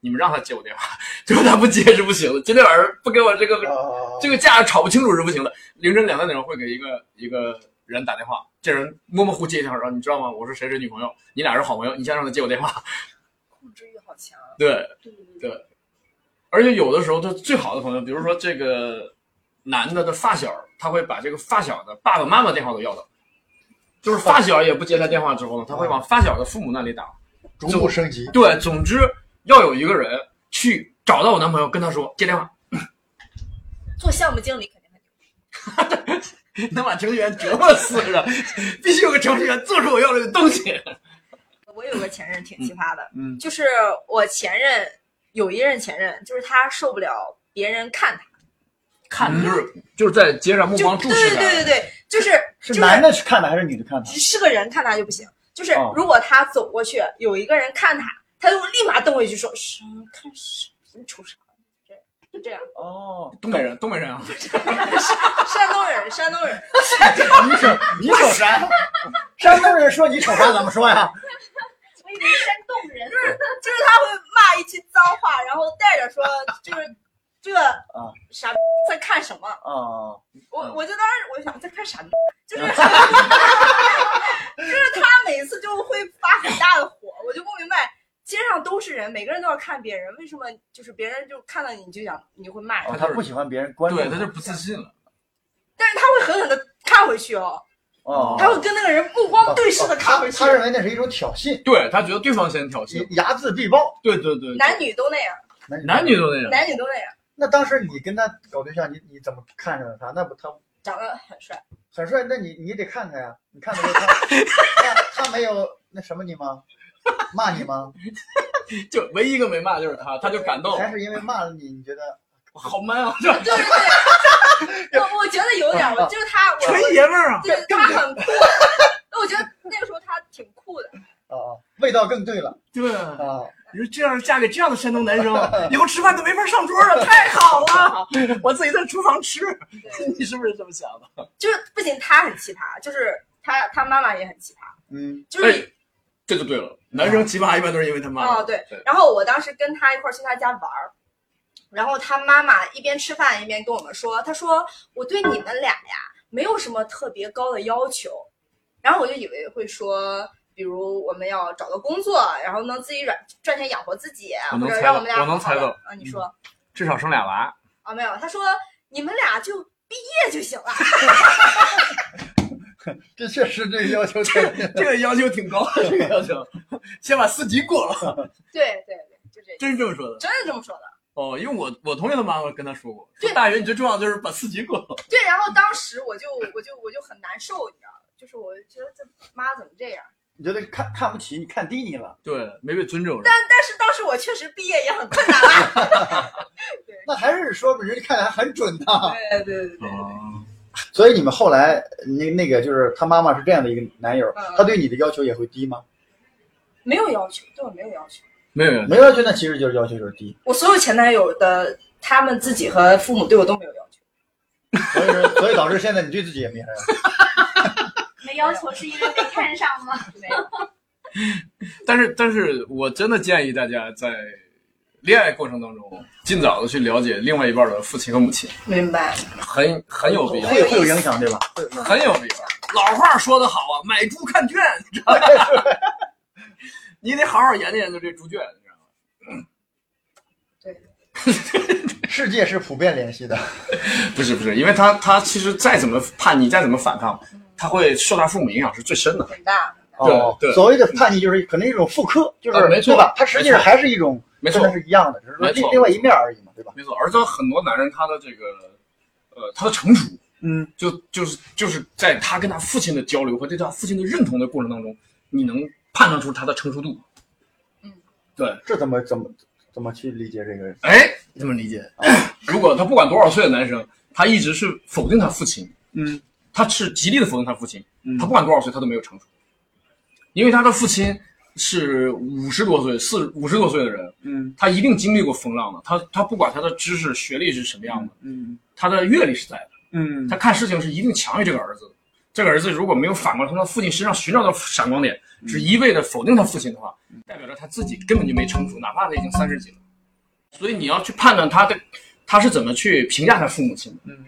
你们让他接我电话，就是他不接是不行的，今天晚上不给我这个这个架吵不清楚是不行的，凌晨两三点会给一个一个人打电话，这人模模糊接一下，然后你知道吗？我是谁谁女朋友，你俩是好朋友，你先让他接我电话。
多，控制欲好强。
对对，而且有的时候他最好的朋友，比如说这个男的的发小，他会把这个发小的爸爸妈妈电话都要到，就是发小也不接他电话之后呢，他会往发小的父母那里打，
逐步升级。
对，总之要有一个人去找到我男朋友，跟他说接电话，
做项目经理肯定
[laughs] 能把程序员折磨死了，必须有个程序员做出我要这个东西。
我有个前任挺奇葩的，
嗯嗯
就是我前任有一任前任，就是他受不了别人看他，
看嗯
嗯
就是就是在街上目光注
对
视
对
他，
对对对，就是
是
就是
男的去看的还是女的看他？
是个人看他就不行，就是
哦
如果他走过去有一个人看他，他就立马瞪回去说什么看什么瞅啥，就这就这样。
哦，
[laughs] 东北人，东北人啊，
[laughs] 山东人，山东人，
[laughs]
[laughs]
你瞅你瞅啥？山东人说
[laughs]
你瞅啥怎么说呀？
我以为山东人，
就是他会骂一句脏话，这
啊
傻逼在看什么？
啊，
哦
我我就当时我就想在看啥呢，就是就是他每次就会发很大的火，我就不明白，街上都是人，每个人都要看别人，为什么就是别人就看到你就想你会骂
哦，
人？
他不喜欢别人关注，
对他就不自信了。
但是他会狠狠的看回去哦，
哦，
他会跟那个人目光对视的看回去。
他认为那是一种挑衅，
对他觉得对方先挑衅，
睚眦必报。
对对
嗯
对，
男女都那样，
男女都那样。
男女都那样，
那当时你跟他搞对象，你你怎么看上的他？那不他
长得很帅。
很帅，那你你得看他呀，你看他
[laughs]
就他他他没有那什么你吗？骂你吗？
[laughs] 就唯一一个没骂就是他，他就感动。
还是因为骂了你，你觉得
好 man
[laughs]
啊？
我我觉得有点儿，
啊
我就是他，我
纯爷们儿啊
对，他很酷。 [laughs] 那我觉得那个时候他挺酷的，
啊，味道更对了。
对
啊，
你说这样嫁给这样的山东男生，以后吃饭都没法上桌
啊
了，太好了！我自己在厨房吃， [laughs] 你是不是这么想的？
就是不仅他很奇葩，就是他他妈妈也很奇葩。
[laughs] 嗯，哦
就是
哎这就对了，男生奇葩一般都是因为他妈。
哦，对。然后我当时跟他一块儿去他家玩儿，然后他妈妈一边吃饭一边跟我们说，他说我对你们俩呀没有什么特别高的要求，然后我就以为会说。比如我们要找到工作，然后能自己赚赚钱养活自己，啊或
我能
者
猜
让
到
我们俩，
我能猜到嗯
啊，你说
至少生俩娃，
啊、没有？他说你们俩就毕业就行了。 [laughs]
这确实这个要
[laughs]
求，这
这个要求挺高，这个要求，先把四级过了，
对对对，就这，
真是这么说的。
真是这么说的。
哦，因为我我同学的妈妈跟他说过，说大学你最重要的就是把四级过了。
对，然后当时我就我就我就很难受，你知道吗？就是我就觉得这妈怎么这样？
[laughs] 你觉得看看不起你，看低你了？
对，没被尊重。
但但是当时我确实毕业也很困难。
那还是说明人家看的还很准的。
对对对
对。所以你们后来那那个就是他妈妈是这样的一个男友
嗯，
他对你的要求也会低吗？
没有要求，对我没有要求。
没有
没有要求，那其实就是要求就是低。
我所有前男友的，他们自己和父母对我都没有要求。
所以说所以导致现在你对自己也没啥要求。
没要求是因为没看上吗？没有。
但是，但是我真的建议大家在恋爱过程当中，尽早的去了解另外一半的父亲和母亲，
明
[laughs]
白。
很很有必要，
会会有影响对吧？
哎
很有必要。老话说得 [laughs] 好啊，买猪看圈，你知道吗？ [laughs] 你得好好研究研究这猪圈，你知道吗？
世界是普遍联系的，
不是不是，因为他他其实再怎么叛逆，再怎么反抗，他会受他父母影响是最深的。
很大。
哦
[laughs] 对对
所谓的叛逆就是可能一种复刻，就是、
啊没错
对吧？它实际上还是一种
没错
跟它是一样的，只是说
没错
另另外一面而已嘛，对吧？
没错，而且很多男人他的这个，呃，他的成熟，
嗯，
就就是就是在他跟他父亲的交流和对他父亲的认同的过程当中，你能判断出他的成熟度。对，
这怎么怎么怎么去理解这个？啊
哎，这么理解？ [clears throat] 如果他不管多少岁的男生，他一直是否定他父亲，
嗯，
他是极力的否定他父亲，他不管多少岁他都没有成熟，因为他的父亲是五十多岁、四五十多岁的人，
嗯
他一定经历过风浪的。他他不管他的知识、学历是什么样的，
嗯
他的阅历是在的，
嗯
他看事情是一定强于这个儿子的。这个儿子如果没有反过来从他父亲身上寻找到闪光点，
嗯
只一味的否定他父亲的话，代表着他自己根本就没成熟，哪怕他已经三十几了。所以你要去判断他的他是怎么去评价他父母亲的。
嗯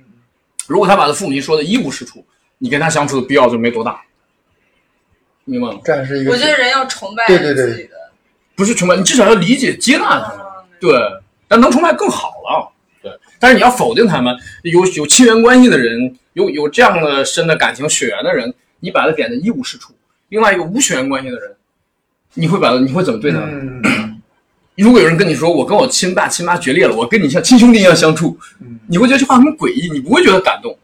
如果他把他父母亲说的一无是处，你跟他相处的必要就没多大，明白吗？
这还是
[laughs] 我觉得人要崇拜
对对对
自己的，嗯
不是崇拜，你至少要理解、接纳他们，对，但能崇拜更好了，对。但是你要否定他们，有有亲缘关系的人，有有这样的深的感情血缘的人，你把他贬得一无是处；另外一个无血缘关系的人，你会把他，你会怎么对他？
嗯
[clears throat] 如果有人跟你说我跟我亲爸亲妈决裂了，我跟你像亲兄弟一样相处，
嗯
你会觉得这话很诡异，你不会觉得感动。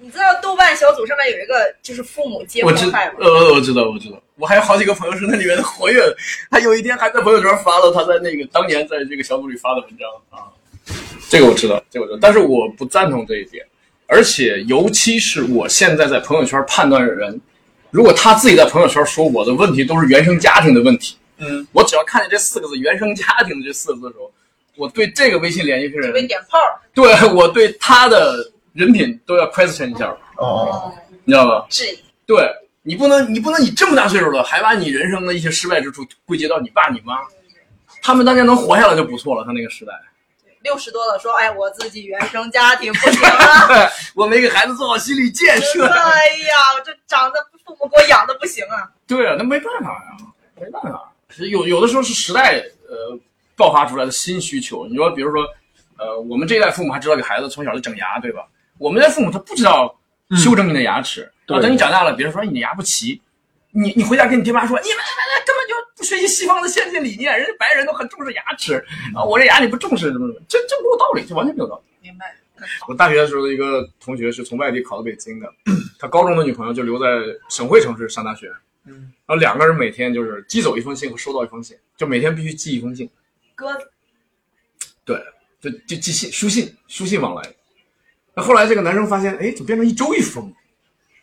你知道豆瓣小组上面有一个就是父母皆
我知
迫害吗？
呃，我知道，我知道，我还有好几个朋友是那里面的活跃的，他有一天还在朋友圈发了他在那个当年在这个小组里发的文章啊，这个我知道，这个我知道，但是我不赞同这一点，而且尤其是我现在在朋友圈判断人，如果他自己在朋友圈说我的问题都是原生家庭的问题，
嗯，
我只要看见这四个字“原生家庭”这四个字的时候，我对这个微信联系人
被点炮儿，
对我对他的人品都要 question 一下，
哦，
你知道吧？
质疑。
对你不能，你不能以这么大岁数了，还把你人生的一些失败之处归结到你爸你妈，他们当年能活下来就不错了。他那个时代，
六十多了，说哎，我自己原生家庭不行了，
我没给孩子做好心理建设。
哎呀，我这长得父母给我养的不行啊。
对啊，那没办法呀、没办法。有有的时候是时代呃爆发出来的新需求。你说，比如说，呃，我们这一代父母还知道给孩子从小就整牙，对吧？我们这代父母他不知道修整你的牙齿，
对
啊等你长大了，别人说哎你的牙不齐，你你回家跟你爹妈说，你们你们根本就不学习西方的先进理念，人家白人都很重视牙齿啊，我这牙你不重视，怎么怎么，这这没有道理，这完全没有道理。
明白。
我大学的时候的一个同学是从外地考到北京的， [clears throat] 他高中的女朋友就留在省会城市上大学，
嗯，
然后两个人每天就是寄走一封信和收到一封信，就每天必须寄一封信，
哥， [laughs]
对，就就寄信书信书信往来。那后来这个男生发现，哎，怎么变成一周一封？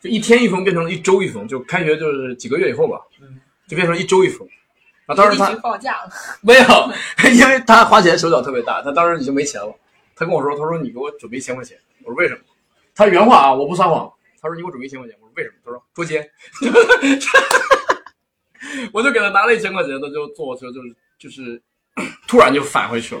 就一天一封变成了一周一封，就开学就是几个月以后吧，就变成了一周一封。啊，当时
你
他
已经放假了，
没有， [laughs] 因为他花钱手脚特别大，他当时已经没钱了。他跟我说：“他说你给我准备一千块钱。”我说：“为什么？”他原话啊，我不撒谎。他说：“你给我准备一千块钱。”我说：“为什么？”他说：“捉奸。”我就给他拿了一千块钱，他就坐我车，就是就是突然就返回去了，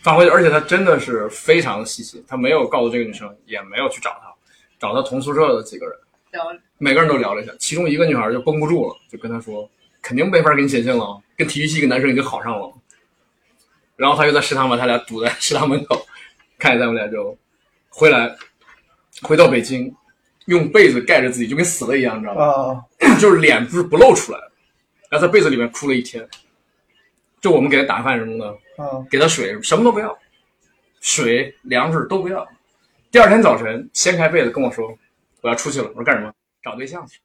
返回去，而且他真的是非常的细心，他没有告诉这个女生，也没有去找她，找她同宿舍的几个人，
聊
每个人都聊了一下，其中一个女孩就绷不住了，就跟他说，肯定没法给你写信了，跟体育系一个男生已经好上了。然后他就在食堂把他俩堵在食堂门口，看见他们俩就回来，回到北京，用被子盖着自己，就跟死了一样，你知道
啊
吗？ [laughs] 就是脸不是不露出来，然后在被子里面哭了一天。就我们给他打饭什么的，
嗯，
给他水，什么都不要，水、粮食都不要。第二天早晨掀开被子跟我说：“我要出去了。”我说：“干什么？找对象去。”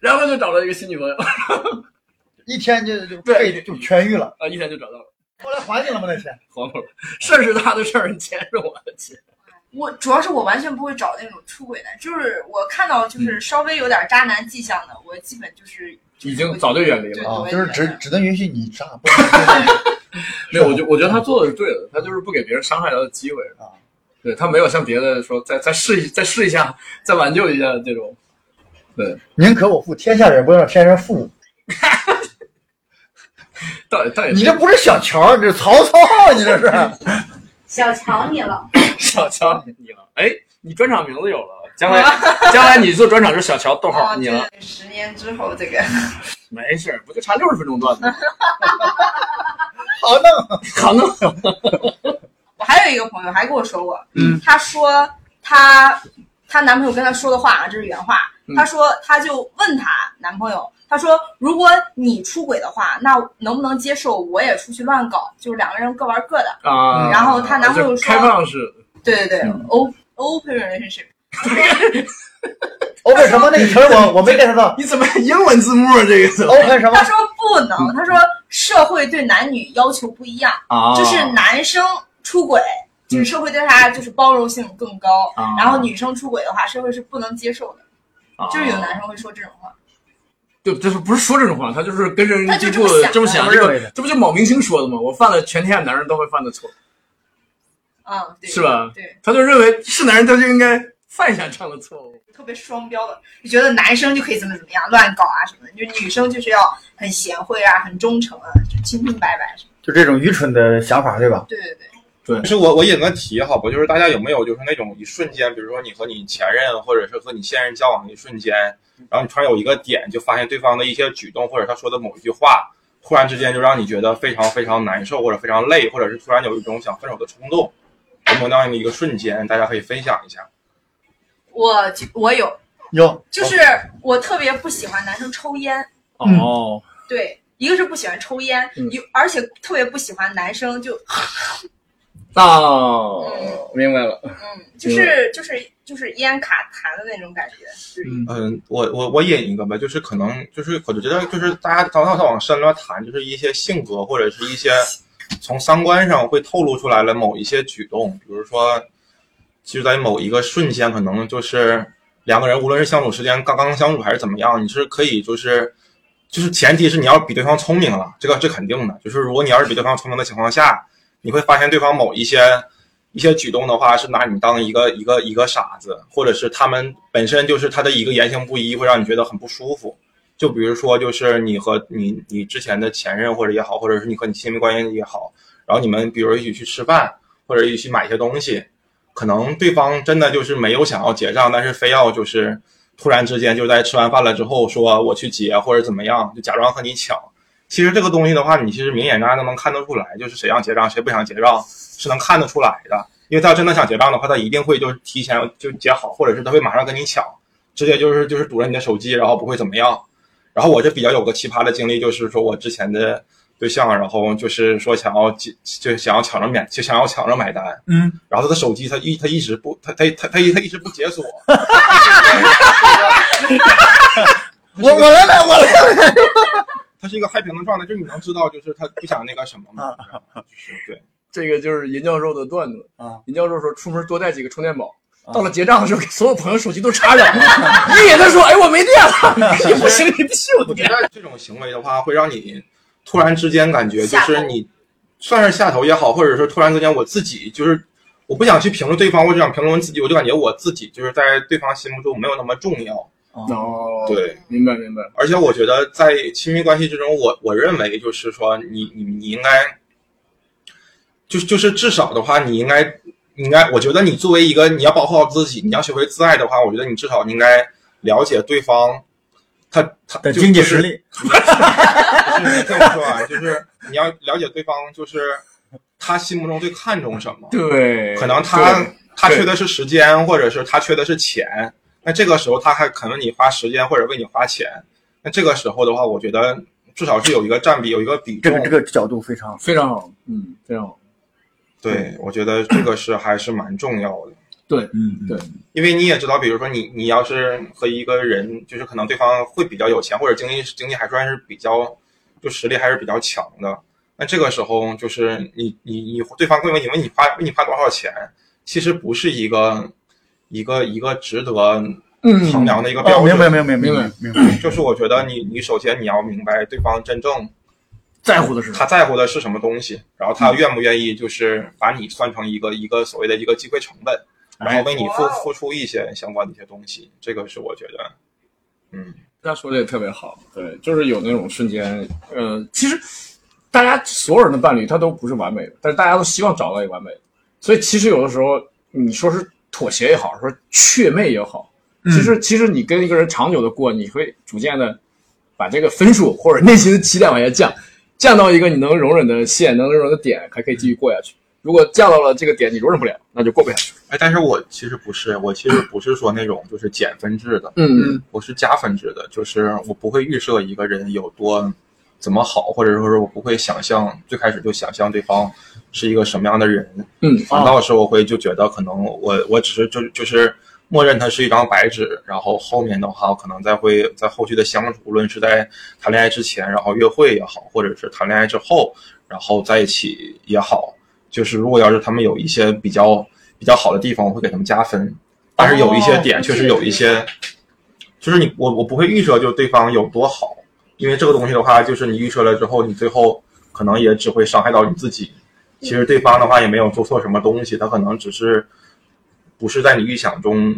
然后就找了一个新女朋友，
[laughs] 一天就就被就痊愈了。
啊，一天就找到了。
后来还你了吗？那钱
黄口，事儿是他的事儿，钱是我的钱。
我主要是我完全不会找那种出轨男，就是我看到
嗯
就是稍微有点渣男迹象的，我基本就是
已经早就远离了
啊，就是只只能允许你渣，不
[laughs] 没有，我觉我觉得他做的是对的，他就是不给别人伤害他的机会
啊。
对他没有像别的说再再试一再试一下，再挽救一下这种。对，
宁可我负天下人，不让天下人负
[laughs]
我。
倒也倒也
你这不是小乔，你这是曹操，啊你
[laughs]
这是
小瞧你了，
小
[laughs]
乔你了，哎，你专场名字有了，将来将来你做专场就小乔逗
哦
号你了，
啊十年之后这个。
没事儿，不就差六十分钟段子吗？ [laughs]
好弄，
好弄。
我还有一个朋友还跟我说过，嗯，她说她她男朋友跟她说的话啊，这是原话
嗯。
她说，她就问她男朋友，她说，如果你出轨的话，那能不能接受我也出去乱搞，就是两个人各玩各的
啊、
嗯然后她男朋友
就
说，
开放嗯式
对对对、o open relationship。
open 什么那个词儿我我没 get 到。
你怎么英文字幕啊这个
open 什么
他？说不
嗯
能，他说社会对男女要求不一样，
啊
就是男生出轨，就是社会对他就是包容性更高，
嗯啊
然后女生出轨的话，社会是不能接受的，
啊
就是有男生会说这种话。
对，就是不是说这种话，他就是根深
他就
蒂
这
固
么
的
想
这么
的
想，
我
这
认
个
为的
这不就某明星说的吗？我犯了全天下男人都会犯的错，
啊，对，
是吧？
对，
他就认为是男人他就应该犯下这样的错误。
特别双标的，就觉得男生就可以怎么怎么样乱搞啊什么的，就女生就是要很贤惠啊，很忠诚啊，就清清白白什么
就这种愚蠢的想法，对吧
的。？对对对，
对，
是我我引个题哈，不就是大家有没有就是那种一瞬间，比如说你和你前任或者是和你现任交往的一瞬间，然后你突然有一个点，就发现对方的一些举动或者他说的某一句话，忽然之间就让你觉得非常非常难受，或者非常累，或者是突然有一种想分手的冲动，有没有那样的一个瞬间？大家可以分享一下。
我就我有，
有
就是我特别不喜欢男生抽烟，
哦，
对，一个是不喜欢抽烟，
嗯
有、而且特别不喜欢男生就，
哦，明白了。
嗯，就是就是就是烟卡痰的那种感觉，
嗯，我我我引一个吧，就是可能就是我觉得就是大家咱往往深了谈，就是一些性格或者是一些从三观上会透露出来了某一些举动，比如说，就在某一个瞬间，可能就是两个人无论是相处时间刚刚相处还是怎么样，你是可以就是就是前提是你要比对方聪明了，这个这肯定的，就是如果你要是比对方聪明的情况下，你会发现对方某一些一些举动的话，是拿你当一个一个一个傻子，或者是他们本身就是他的一个言行不一，会让你觉得很不舒服。就比如说，就是你和你你之前的前任或者也好，或者是你和你亲密关系也好，然后你们比如一起去吃饭，或者一起买一些东西，可能对方真的就是没有想要结账，但是非要就是突然之间就在吃完饭了之后说我去结或者怎么样，就假装和你抢。其实这个东西的话，你其实明眼大家都能看得出来，就是谁想结账，谁不想结账是能看得出来的。因为他要真的想结账的话，他一定会就是提前就结好，或者是他会马上跟你抢，直接就是就是堵着你的手机，然后不会怎么样。然后我这比较有个奇葩的经历，就是说我之前的对象，然后就是说想要结，就想要抢着买，就想要抢着买单，
嗯，
然后他的手机他一他一直不他他他他一他一直不解锁，
我我来来我来来，
他是一个开屏的状态，就是你能知道就是他不想那个什么嘛，就是对。
这个就是银教授的段子
啊。
银教授说出门多带几个充电宝，到了结账的时候，给所有朋友手机都插 [laughs] 上，一给他说：“哎，我没电 [laughs] 了。”你不行，你必须有电。
这种行为的话，会让你突然之间感觉就是你算是下头也好，或者说突然之间我自己就是我不想去评论对方，我只想评论自己，我就感觉我自己就是在对方心目中没有那么重要。
哦，
对，
明白明白。
而且我觉得在亲密关系之中，我我认为就是说你，你你应该，就就是至少的话，你应该你应该，我觉得你作为一个你要保护好自己，你要学会自爱的话，我觉得你至少应该了解对方，他他
的
就
经济
就是
实力。
就是这么说啊，就是你要了解对方，就是他心目中最看重什么。
对
可能他
对
他缺的
对
是时间，或者是他缺的是钱。那这个时候他还肯为你花时间或者为你花钱，那这个时候的话，我觉得至少是有一个占比，有一个比
这
重。
个这个角度非常
非常好，嗯，非常好。
对，我觉得这个是还是蛮重要的。
对，
嗯，
[laughs]
对，
因为你也知道，比如说你你要是和一个人，就是可能对方会比较有钱，或者经济经济还算是比较，就实力还是比较强的。那这个时候就是你你你对方会问你问你花问你花多少钱，其实不是一个一个一个值得衡量的一个标
哦
准。
明白明白明白明白。
[clears throat] 就是我觉得你你首先你要明白对方真正
在乎的是什么
他在乎的是什么东西，然后他愿不愿意就是把你算成一个一个所谓的一个机会成本，然后为你付付出一些相关的一些东西，这个是我觉得，嗯，
他说的也特别好，对，就是有那种瞬间，呃，其实大家所有人的伴侣他都不是完美的，但是大家都希望找到一个完美的，所以其实有的时候你说是妥协也好，说雀妹也好，其实、其实你跟一个人长久的过，你会逐渐的把这个分数或者内心的期待往下降，降到一个你能容忍的线，能容忍的点，还可以继续过下去。如果降到了这个点，你容忍不了，那就过不下去了。
哎，但是我其实不是，我其实不是说那种就是减分制的，
嗯嗯，
我是加分制的，就是我不会预设一个人有多怎么好，或者说是我不会想象最开始就想象对方是一个什么样的人，
嗯
反倒是我会就觉得可能我我只是就就是默认他是一张白纸，然后后面的话我可能再会在后续的相处，无论是在谈恋爱之前，然后约会也好，或者是谈恋爱之后，然后在一起也好，就是如果要是他们有一些比较比较好的地方，我会给他们加分，但是有一些点确实有一些。就是你我我不会预设就对方有多好，因为这个东西的话，就是你预设了之后，你最后可能也只会伤害到你自己。其实对方的话也没有做错什么东西，他可能只是不是在你预想中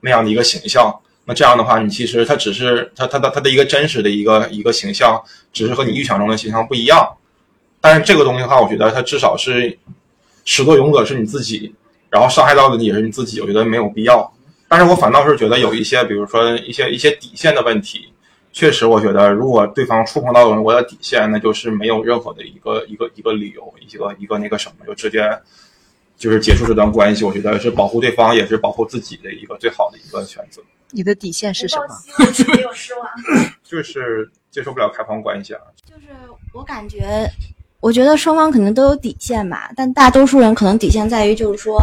那样的一个形象。那这样的话，你其实他只是他他的他的一个真实的一个一个形象，只是和你预想中的形象不一样。但是这个东西的话，我觉得它至少是始作俑者是你自己，然后伤害到的也是你自己，我觉得没有必要。但是我反倒是觉得有一些，比如说一些一些底线的问题，确实我觉得如果对方触碰到我的底线，那就是没有任何的一个一个一个理由，一个一个那个什么，就直接就是结束这段关系。我觉得是保护对方，也是保护自己的一个最好的一个选择，
你的底线是什么？
没有失望。
就是接受不了开放关系啊。
我感觉，我觉得双方可能都有底线吧，但大多数人可能底线在于就是说，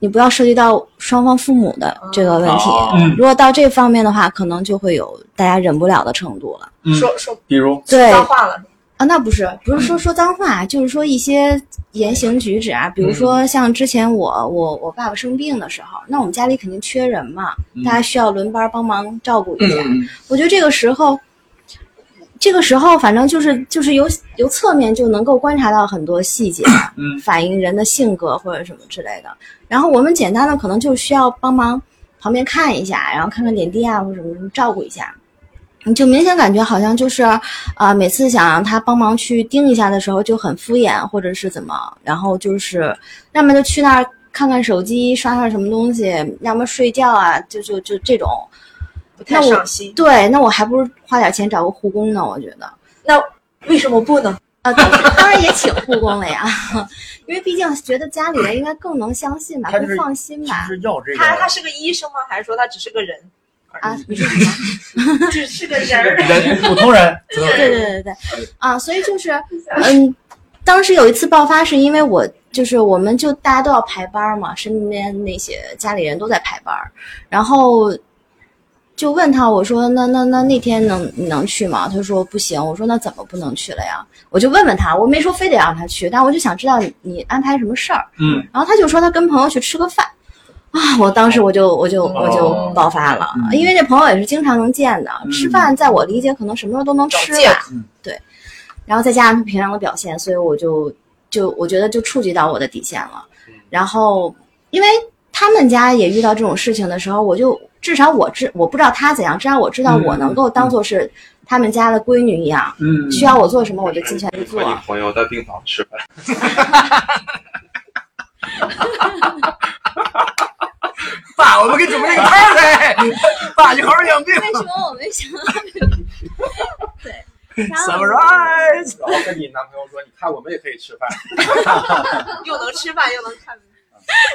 你不要涉及到双方父母的这个问题。
哦嗯
如果到这方面的话，可能就会有大家忍不了的程度了。
说
说，
比如
对，
话了
啊，那不是，不是说说脏话，啊就是说一些言行举止
嗯
啊，比如说像之前我我我爸爸生病的时候，那我们家里肯定缺人嘛，大家需要轮班帮忙照顾一下。
嗯
我觉得这个时候，这个时候反正就是就是由由侧面就能够观察到很多细节啊，
嗯
反映人的性格或者什么之类的。然后我们简单的可能就需要帮忙旁边看一下，然后看看点滴啊或者什么照顾一下。你就明显感觉好像就是，呃，每次想让他帮忙去盯一下的时候就很敷衍，或者是怎么，然后就是，要么就去那儿看看手机，刷刷什么东西，要么睡觉啊，就就就这种。
不太上心
那我对，那我还不如花点钱找个护工呢，我觉得。 [laughs]
那为什么不呢？
啊，当当然也请护工了呀，因为毕竟觉得家里人应该更能相信吧，
他就是
更放心吧。
要这
他他是个医生吗？还是说他只是个人？
啊，你说什么？
只是个人儿
普通人，
对对对对对，啊，所以就是，嗯，当时有一次爆发，是因为我就是我们就大家都要排班儿嘛，身边那些家里人都在排班儿，然后就问他，我说那那那那天能你能去吗？他说不行。我说那怎么不能去了呀？我就问问他，我没说非得让他去，但我就想知道你你安排什么事儿。
嗯，
然后他就说他跟朋友去吃个饭，啊，我当时我就我就我
哦
就爆发了，啊因为这朋友也是经常能见的，
嗯
吃饭在我理解可能什么时候都能吃啊吧，对，然后再加上他平常的表现，所以我就就我觉得就触及到我的底线了，
嗯
然后因为他们家也遇到这种事情的时候，我就至少我知我不知道他怎样，至少我知道
嗯
我能够当做是他们家的闺女一样，
嗯
需要我做什么我就尽全力做
和，你朋友在病房吃饭，
爸，我们给准备个摊儿
[laughs]
哎
呗，爸，你好好养病。
为什么我没想到？对
Surprise！
然后跟你男朋友说，你看我们也可以吃 [laughs] 饭。
[laughs] 又能吃饭又能
[laughs]
看，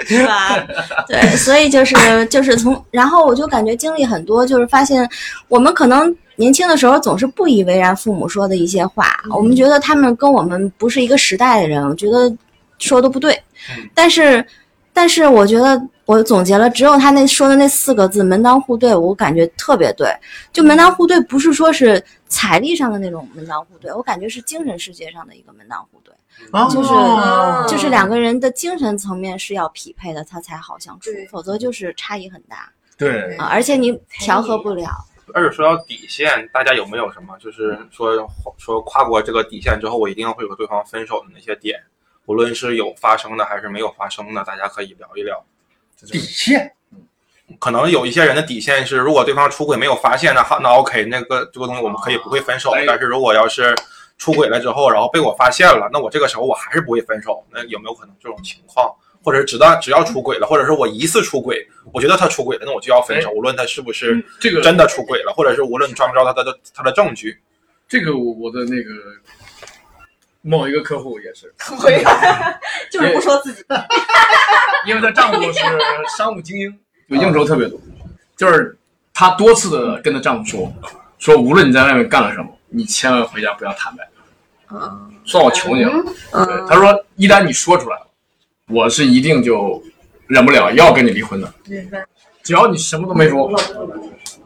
是吧？ [laughs]
对，所以就是就是从，然后我就感觉经历很多，就是发现我们可能年轻的时候总是不以为然父母说的一些话，我们觉得他们跟我们不是一个时代的人，我觉得说的不对，但是但是我觉得我总结了，只有他那说的那四个字“门当户对”，我感觉特别对。就门当户对，不是说是财力上的那种门当户对，我感觉是精神世界上的一个门当户对，就是、
哦
就是两个人的精神层面是要匹配的，他才好相处，否则就是差异很大
对
啊，而且你调和不了。
而且说到底线，大家有没有什么就是说说跨过这个底线之后，我一定会和对方分手的那些点，无论是有发生的还是没有发生的，大家可以聊一聊。
底线，
嗯可能有一些人的底线是，如果对方出轨没有发现，那好，那 OK，那个这个东西我们可以不会分
啊
手。但是如果要是出轨了之后，然后被我发现了，那我这个时候我还是不会分手。那有没有可能这种情况？或者是直到只要出轨了，或者是我疑似出轨，我觉得他出轨了，那我就要分手，无论他是不是
哎嗯这个
真的出轨了，或者是无论你抓不着他的他的证据。
这个我我的那个某一个客户也是，
就是不说自己。
因为她丈夫
[laughs]
是商务精英，就应酬特别多，就是她多次的跟她丈夫说，说无论你在外面干了什么，你千万回家不要坦白，
嗯
算我求你了。对，她说一旦你说出来了，我是一定就忍不了要跟你离婚的。
明白。
只要你什么都没说，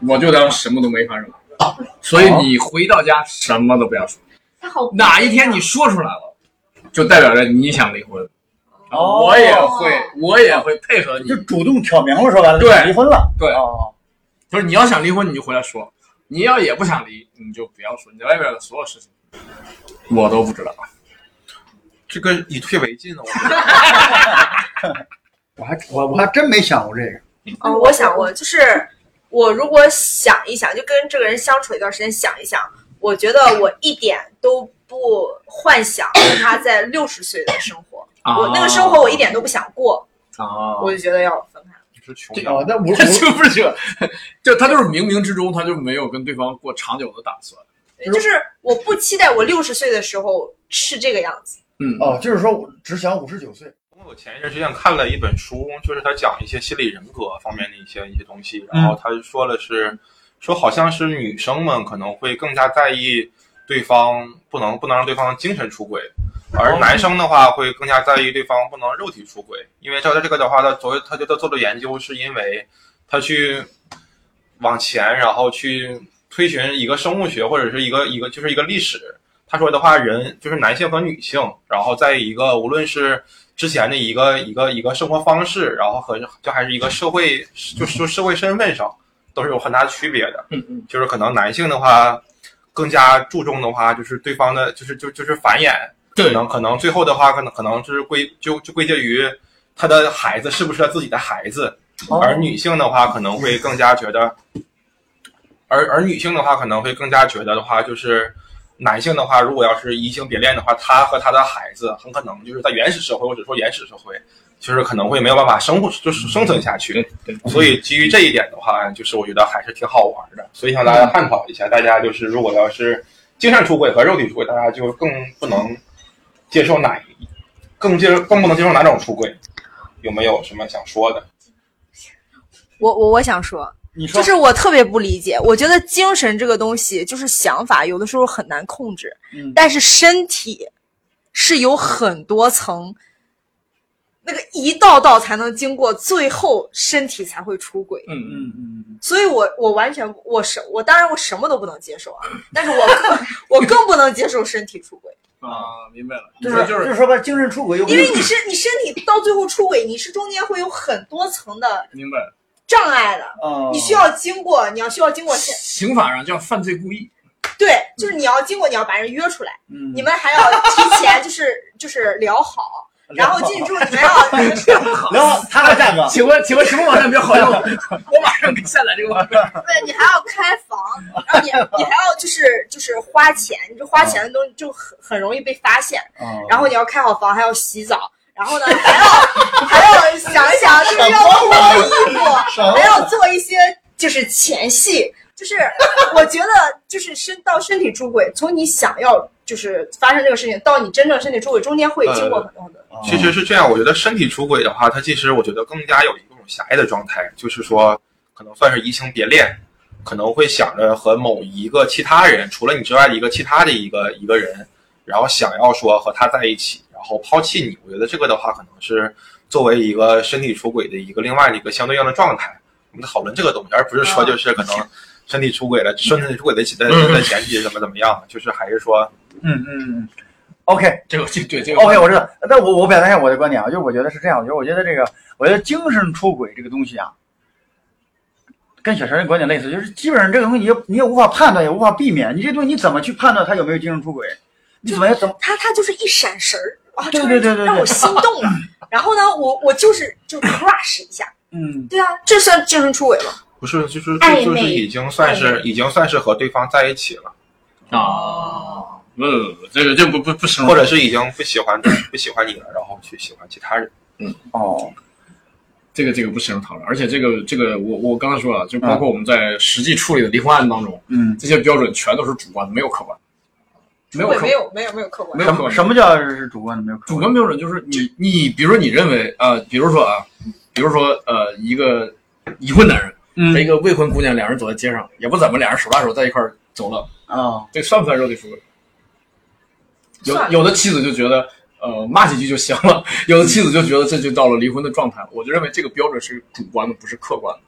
我就当什么都没发生。所以你回到家什么都不要说，
他好
哪一天你说出来了，就代表着你想离婚。我也会，我也会配合你，就
主动挑明了，说白了，
对，
离婚了，
对，就是你要想离婚，你就回来说；你要也不想离，你就不要说。你在外边的所有事情，我都不知道。
这个以退为进呢，我觉
得
[laughs]
我还我我还真没想过这个。
嗯，我想过，就是我如果想一想，就跟这个人相处一段时间，想一想，我觉得我一点都不幻想跟他在六十岁的生活，
啊
我那个生活我一点都不想过，
啊
我就觉得要分开。
是穷
啊，
那我
他就不是穷，就他就是冥冥之中他就没有跟对方过长久的打算。
就是我不期待我六十岁的时候是这个样子。
嗯，
哦，就是说我只想五十九岁。
我前一阵时间看了一本书，就是他讲一些心理人格方面的一些一些东西，然后他说的是，说好像是女生们可能会更加在意对方不能不能让对方精神出轨，而男生的话会更加呃在意对方不能肉体出轨，因为照他这个的话，他昨他觉得做的研究是因为他去往前，然后去推寻一个生物学或者是一个一个就是一个历史。他说的话，人就是男性和女性，然后在一个无论是之前的一个一个一个生活方式，然后和就还是一个社会就就社会身份上都是有很大区别的。
嗯嗯，
就是可能男性的话更加注重的话，就是对方的，就是就就是繁衍，
对，
可能可能最后的话，可能可能就是归就就归结于他的孩子是不是他自己的孩子，
哦
而女性的话可能会更加觉得，而而女性的话，可能会更加觉得的话，就是男性的话，如果要是移情别恋的话，他和他的孩子很可能就是在原始社会或者说原始社会，就是可能会没有办法生活，就是生存下去。
对
所
嗯
以基于这一点的话，就是我觉得还是挺好玩的，所以向大家探讨一下，大家就是如果要是精神出轨和肉体出轨，大家就更不能接受哪一，更接受更不能接受哪种出轨，有没有什么想说的？
我我我想说，
你说
就是我特别不理解，我觉得精神这个东西就是想法，有的时候很难控制，
嗯
但是身体是有很多层，那个一道道才能经过，最后身体才会出轨。
嗯嗯嗯，
所以我我完全我什我当然我什么都不能接受啊，但是我更 [laughs] 我更不能接受身体出轨，
啊，明白了，
就是
就是
就是说白了，精神出轨又不
因为你是你身体到最后出轨，你是中间会有很多层的
明白了。
障碍的，
哦
你需要经过，你要需要经过现
刑法上叫犯罪故意，
对，就是你要经过，你要把人约出来，
嗯
你们还要提前就是就是 [laughs] 聊好，然后进驻你们要
聊好他的价格。
请问请问什么网站比较好用？我马上给下载这个网站。
对你还要开房，然后你你还要就是就是花钱，你这花钱的东西就很很容易被发现
嗯
哦，
然后你要开好房，还要洗澡。然后呢，
[laughs]
还要还要想一想，就是要
什么
脱
玩意儿
衣服，
什么
还要做一些就是前戏，就是我觉得就是身到身体出轨，从你想要就是发生这个事情到你真正身体出轨，中间会经过很多的。
其实是这样，我觉得身体出轨的话，它其实我觉得更加有一种狭隘的状态，就是说可能算是移情别恋，可能会想着和某一个其他人，除了你之外的一个其他的一个一个人，然后想要说和他在一起，然后抛弃你。我觉得这个的话，可能是作为一个身体出轨的一个另外的一个相对应的状态。我们讨论这个东西，而不是说就是可能身体出轨了，身体出轨的前的前提怎么怎么样，就是还是说
嗯嗯，OK，
这个这对这个
OK，我知道。但我我表达一下我的观点啊，就是我觉得是这样，就是我觉得这个，我觉得精神出轨这个东西啊，跟小陈的观点类似，就是基本上这个东西你也你也无法判断，也无法避免。你这东西你怎么去判断他有没有精神出轨？你怎么怎么？
他他就是一闪神儿啊，这
对
个
对
人
对对对
让我心动
[laughs]
了。然后呢，我我就是就 crush 一下，
嗯，
对啊，这算精神出轨吗？
不是，就是
暧昧
就是已经算是已经算是和对方在一起了
啊。不不不，这个这不不不行，
或者是已经不喜欢不喜欢你了，然后去喜欢其他人。
嗯，
哦，
这个这个不深入讨论，而且这个这个我我刚刚说了，就包括我们在实际处理的离婚案当中，
嗯，
这些标准全都是主观的，没有客观，没有
出轨
客
没有没有没有客观，
没有客观。
什么叫是主观的没有？
主观标准就是你你比如说你认为呃，比如说啊，比如说呃，一个已婚男人
嗯
和一个未婚姑娘，两人走在街上，也不怎么，两人手拉手在一块儿走了
啊，
这算不算肉体出轨？有
算
有的妻子就觉得呃骂几句就行了，有的妻子就觉得这就到了离婚的状态了。我就认为这个标准是主观的，不是客观的，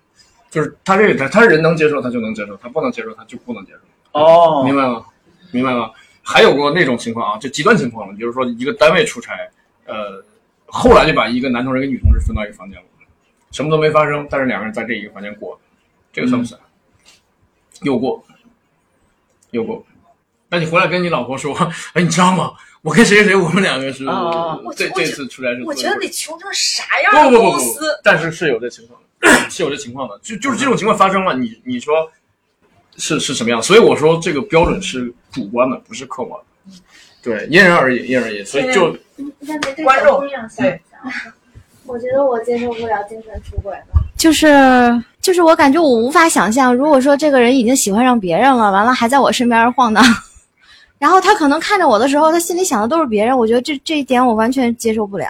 就是他这个他他人能接受他就能接受，他不能接受他就不能接受。
哦
明白吗？明白吗？还有过那种情况啊，就极端情况了，比如说一个单位出差，呃，后来就把一个男同事跟女同事分到一个房间了，什么都没发生，但是两个人在这一个房间过，这个算不算？有过，有过。那你回来跟你老婆说，哎，你知道吗？我跟谁谁谁，我们两个是
啊我
这
我
这
觉
次出来是
我觉得得穷成啥样的
不不不
公
不
司？，
但是是有这情况的， [coughs] 是有这情况的，就就是这种情况发生了，你你说是是什么样？所以我说这个标准是主观的，不是客观的，对，因人而异，因人而异，所以就
那没对
观众
姑娘想一想，啊我觉得我接受不了精神出轨了。
就是就是，我感觉我无法想象，如果说这个人已经喜欢上别人了，完了还在我身边晃荡， [laughs] 然后他可能看着我的时候，他心里想的都是别人，我觉得这这一点我完全接受不了。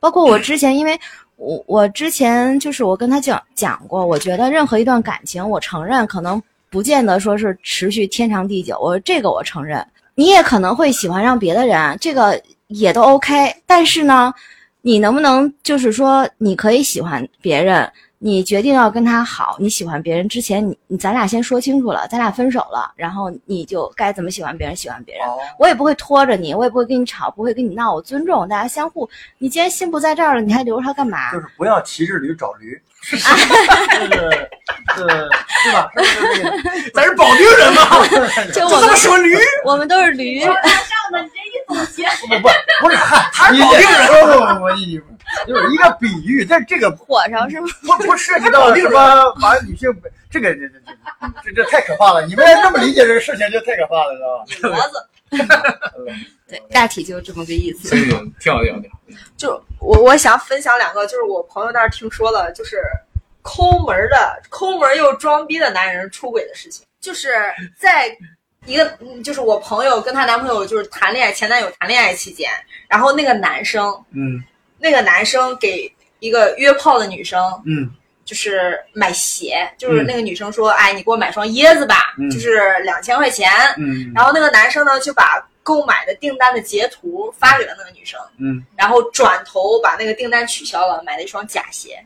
包括我之前，因为我我之前就是我跟他讲讲过，我觉得任何一段感情，我承认可能不见得说是持续天长地久，我这个我承认，你也可能会喜欢上别的人，这个也都 OK。但是呢，你能不能就是说，你可以喜欢别人，你决定要跟他好，你喜欢别人之前，你你咱俩先说清楚了，咱俩分手了，然后你就该怎么喜欢别人，喜欢别人。我也不会拖着你，我也不会跟你吵，不会跟你闹，我尊重大家相互。你既然心不在这儿了，你还留着他干嘛？
就是不要骑着驴找驴， [laughs] 这个对吧？ [laughs] 咱 [laughs] 是保定人嘛
就
就
我
这
们
么说驴，
我们都是驴。
马上呢，你这一总结，
不不 [laughs] 不是，嗨，
他是保定人
不不不，你你就是一个比喻，但这个
火上是吗？
不不涉及到什么把女性这个这这这这太可怕了！你们这么理解这个事情就太可怕了，知道吧？
对，大体就这么个意思
所。以
[laughs]
跳跳跳，
就我我想分享两个，就是我朋友那儿听说了，就是抠门儿的、抠门儿又装逼的男人出轨的事情，就是在一个嗯就是我朋友跟她男朋友就是谈恋爱，前男友谈恋爱期间，然后那个男生
嗯
那个男生给一个约炮的女生
嗯
就是买鞋，就是那个女生说：“哎，你给我买双椰子吧，
嗯
就是两千块钱。”
嗯
然后那个男生呢就把购买的订单的截图发给了那个女生，
嗯
然后转头把那个订单取消了，买了一双假鞋，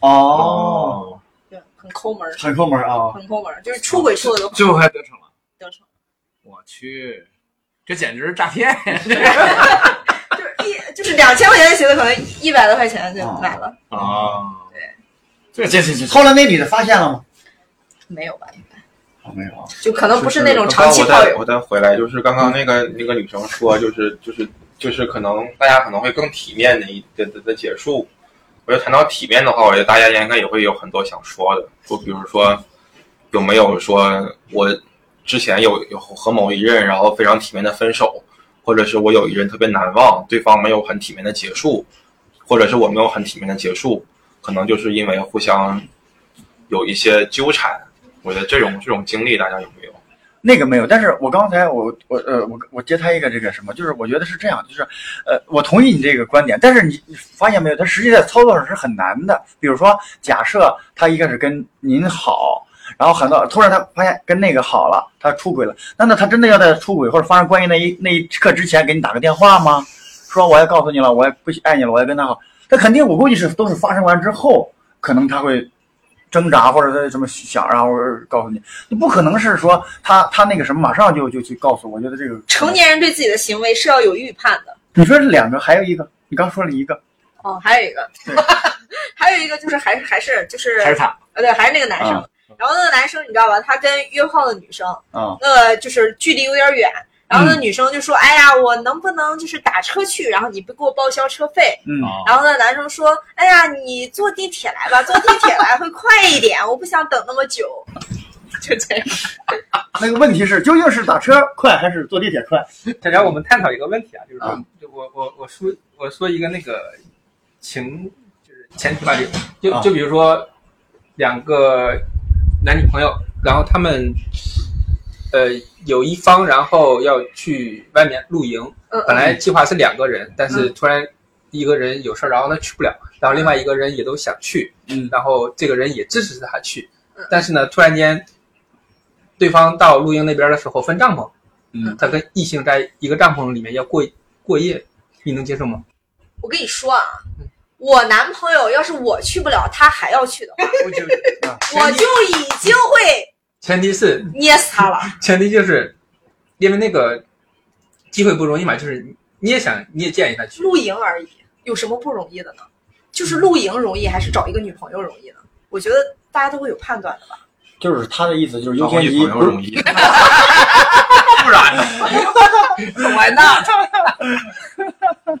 哦，
对，很抠门儿，
很抠门儿啊
很抠门儿，就是出轨出的都
最后还得逞了，
得逞，
我去，这简直是诈骗！
[laughs]
[laughs]
一 [laughs] 就是两千块钱的鞋子，可能一百多块钱就
哦
买了，
啊，对，这这这这
后来那女的发现了吗？
没有吧？应该
没有，
就可能不是那种
啊就是
长期
我
泡
再
友
我，再回来，就是刚刚那个那个女生说，就是就是就是可能大家可能会更体面的一的的的结束。我觉得谈到体面的话，我觉得大家应该也会有很多想说的，就比如说有没有说我之前有有和某一任然后非常体面的分手，或者是我有一人特别难忘，对方没有很体面的结束，或者是我没有很体面的结束，可能就是因为互相有一些纠缠。我觉得这种这种经历大家有 [laughs] 没有？
那个没有，但是我刚才我我呃我我接他一个这个什么，就是我觉得是这样，就是呃我同意你这个观点，但是你你发现没有，它实际在操作上是很难的。比如说，假设他一开始跟您好，然后很到突然他发现跟那个好了，他出轨了，难道他真的要在出轨或者发生关系那一那一刻之前给你打个电话吗？说我要告诉你了，我也不喜爱你了，我要跟他好，他肯定我估计是都是发生完之后，可能他会挣扎或者他什么想，然后告诉你，你不可能是说他他那个什么马上就就去告诉我，我觉得这个
成年人对自己的行为是要有预判的。
你说这两个，还有一个，你刚说了一个，
哦，还有一个， [laughs] 还有一个就是还是还是就是
还是他
呃，对，还是那个男生。
啊
然后那个男生你知道吧，他跟约炮的女生，
啊
那个呃就是距离有点远。然后那女生就说：“哎呀，我能不能就是打车去？然后你不给我报销车费？”
嗯
然后那男生说：“哎呀，你坐地铁来吧，坐地铁来会快一点，我不想等那么久。”就这样。
啊那个问题是究竟是打车快还是坐地铁快？
大家我们探讨一个问题啊，就是说，就我我我说我说一个那个情，就是前提吧，就就
啊
就比如说两个男女朋友，然后他们呃有一方然后要去外面露营
嗯嗯，
本来计划是两个人，但
嗯
是突然一个人有事儿，然后他去不了，然后另外一个人也都想去，
嗯，
然后这个人也支持他去，但是呢，突然间对方到露营那边的时候分帐篷。
嗯，
他跟异性在一个帐篷里面要过过夜，你能接受吗？
我跟你说啊，我男朋友要是我去不了，他还要去的话，我就已经会
前提是，
捏死他了。
前提就是，因为那个机会不容易嘛，就是你也想，你也建议他去，
露营而已，有什么不容易的呢？就是露营容易，还是找一个女朋友容易呢？我觉得大家都会有判断的吧。
就是他的意思就是优
找
先
个
级
女朋友
不
容
是
[laughs]
易，
[laughs]
我呢？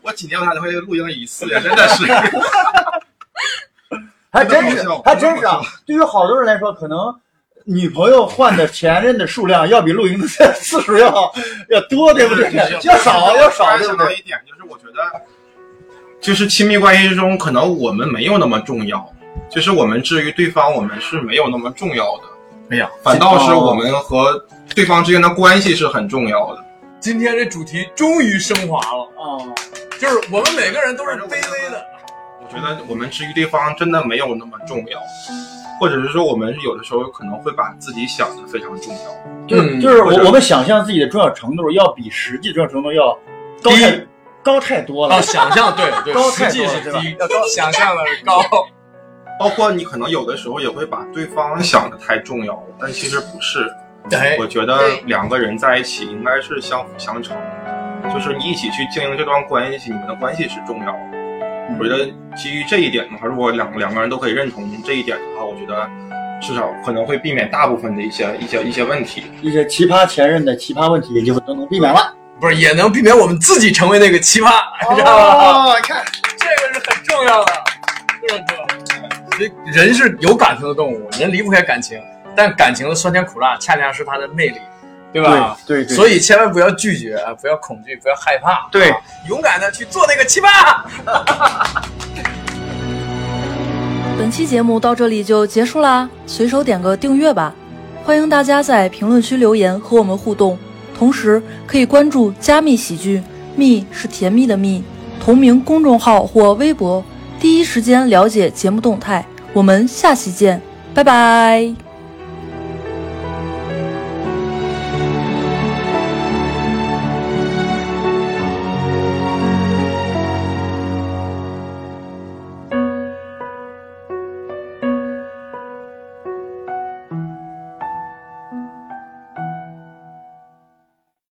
我几年我打电话就录音一次哎呀，真的是。 [laughs]
[laughs] 还真是还真是啊！对于好多人来说，可能女朋友换的前任的数量要比露营的次数要要多，对不对？要少要少，对不
想到一
对？
点就是，我觉得就是亲密关系中，可能我们没有那么重要，就是我们至于对方，我们是没有那么重要的。
哎呀，
反倒是我们和对方之间的关系是很重要的。
今天这主题终于升华了，
哦，
就是我们每个人都是卑微的，
我觉得我们至于对方真的没有那么重要，或者是说我们有的时候可能会把自己想的非常重要，
嗯
就是就是我我们想象自己的重要程度要比实际重要程度要高太高太多
哦
了。
啊想象
[laughs]
对对
高太
实际
多了，
是
对吧？
低
要高
想象的
[laughs]
高，包括你可能有的时候也会把对方想的太重要了，但其实不是。
哎
我觉得两个人在一起应该是相辅相成，就是你一起去经营这段关系，你们的关系是重要的。
嗯
我觉得基于这一点的话，如果两两个人都可以认同这一点的话，我觉得至少可能会避免大部分的一些一些一些问题。
一些奇葩前任的奇葩问题也就都能避免了。
不是也能避免我们自己成为那个奇葩，知道吧？
看
这个是很重要的，这个人是有感情的动物，人离不开感情，但感情的酸甜苦辣恰恰是它的魅力，对吧？
对对对
所以千万不要拒绝，啊不要恐惧，不要害怕，
对
啊勇敢的去做那个奇葩。
本期节目到这里就结束啦，随手点个订阅吧。欢迎大家在评论区留言和我们互动，同时可以关注加密喜剧，密是甜蜜的蜜，同名公众号或微博，第一时间了解节目动态。我们下期见，拜拜。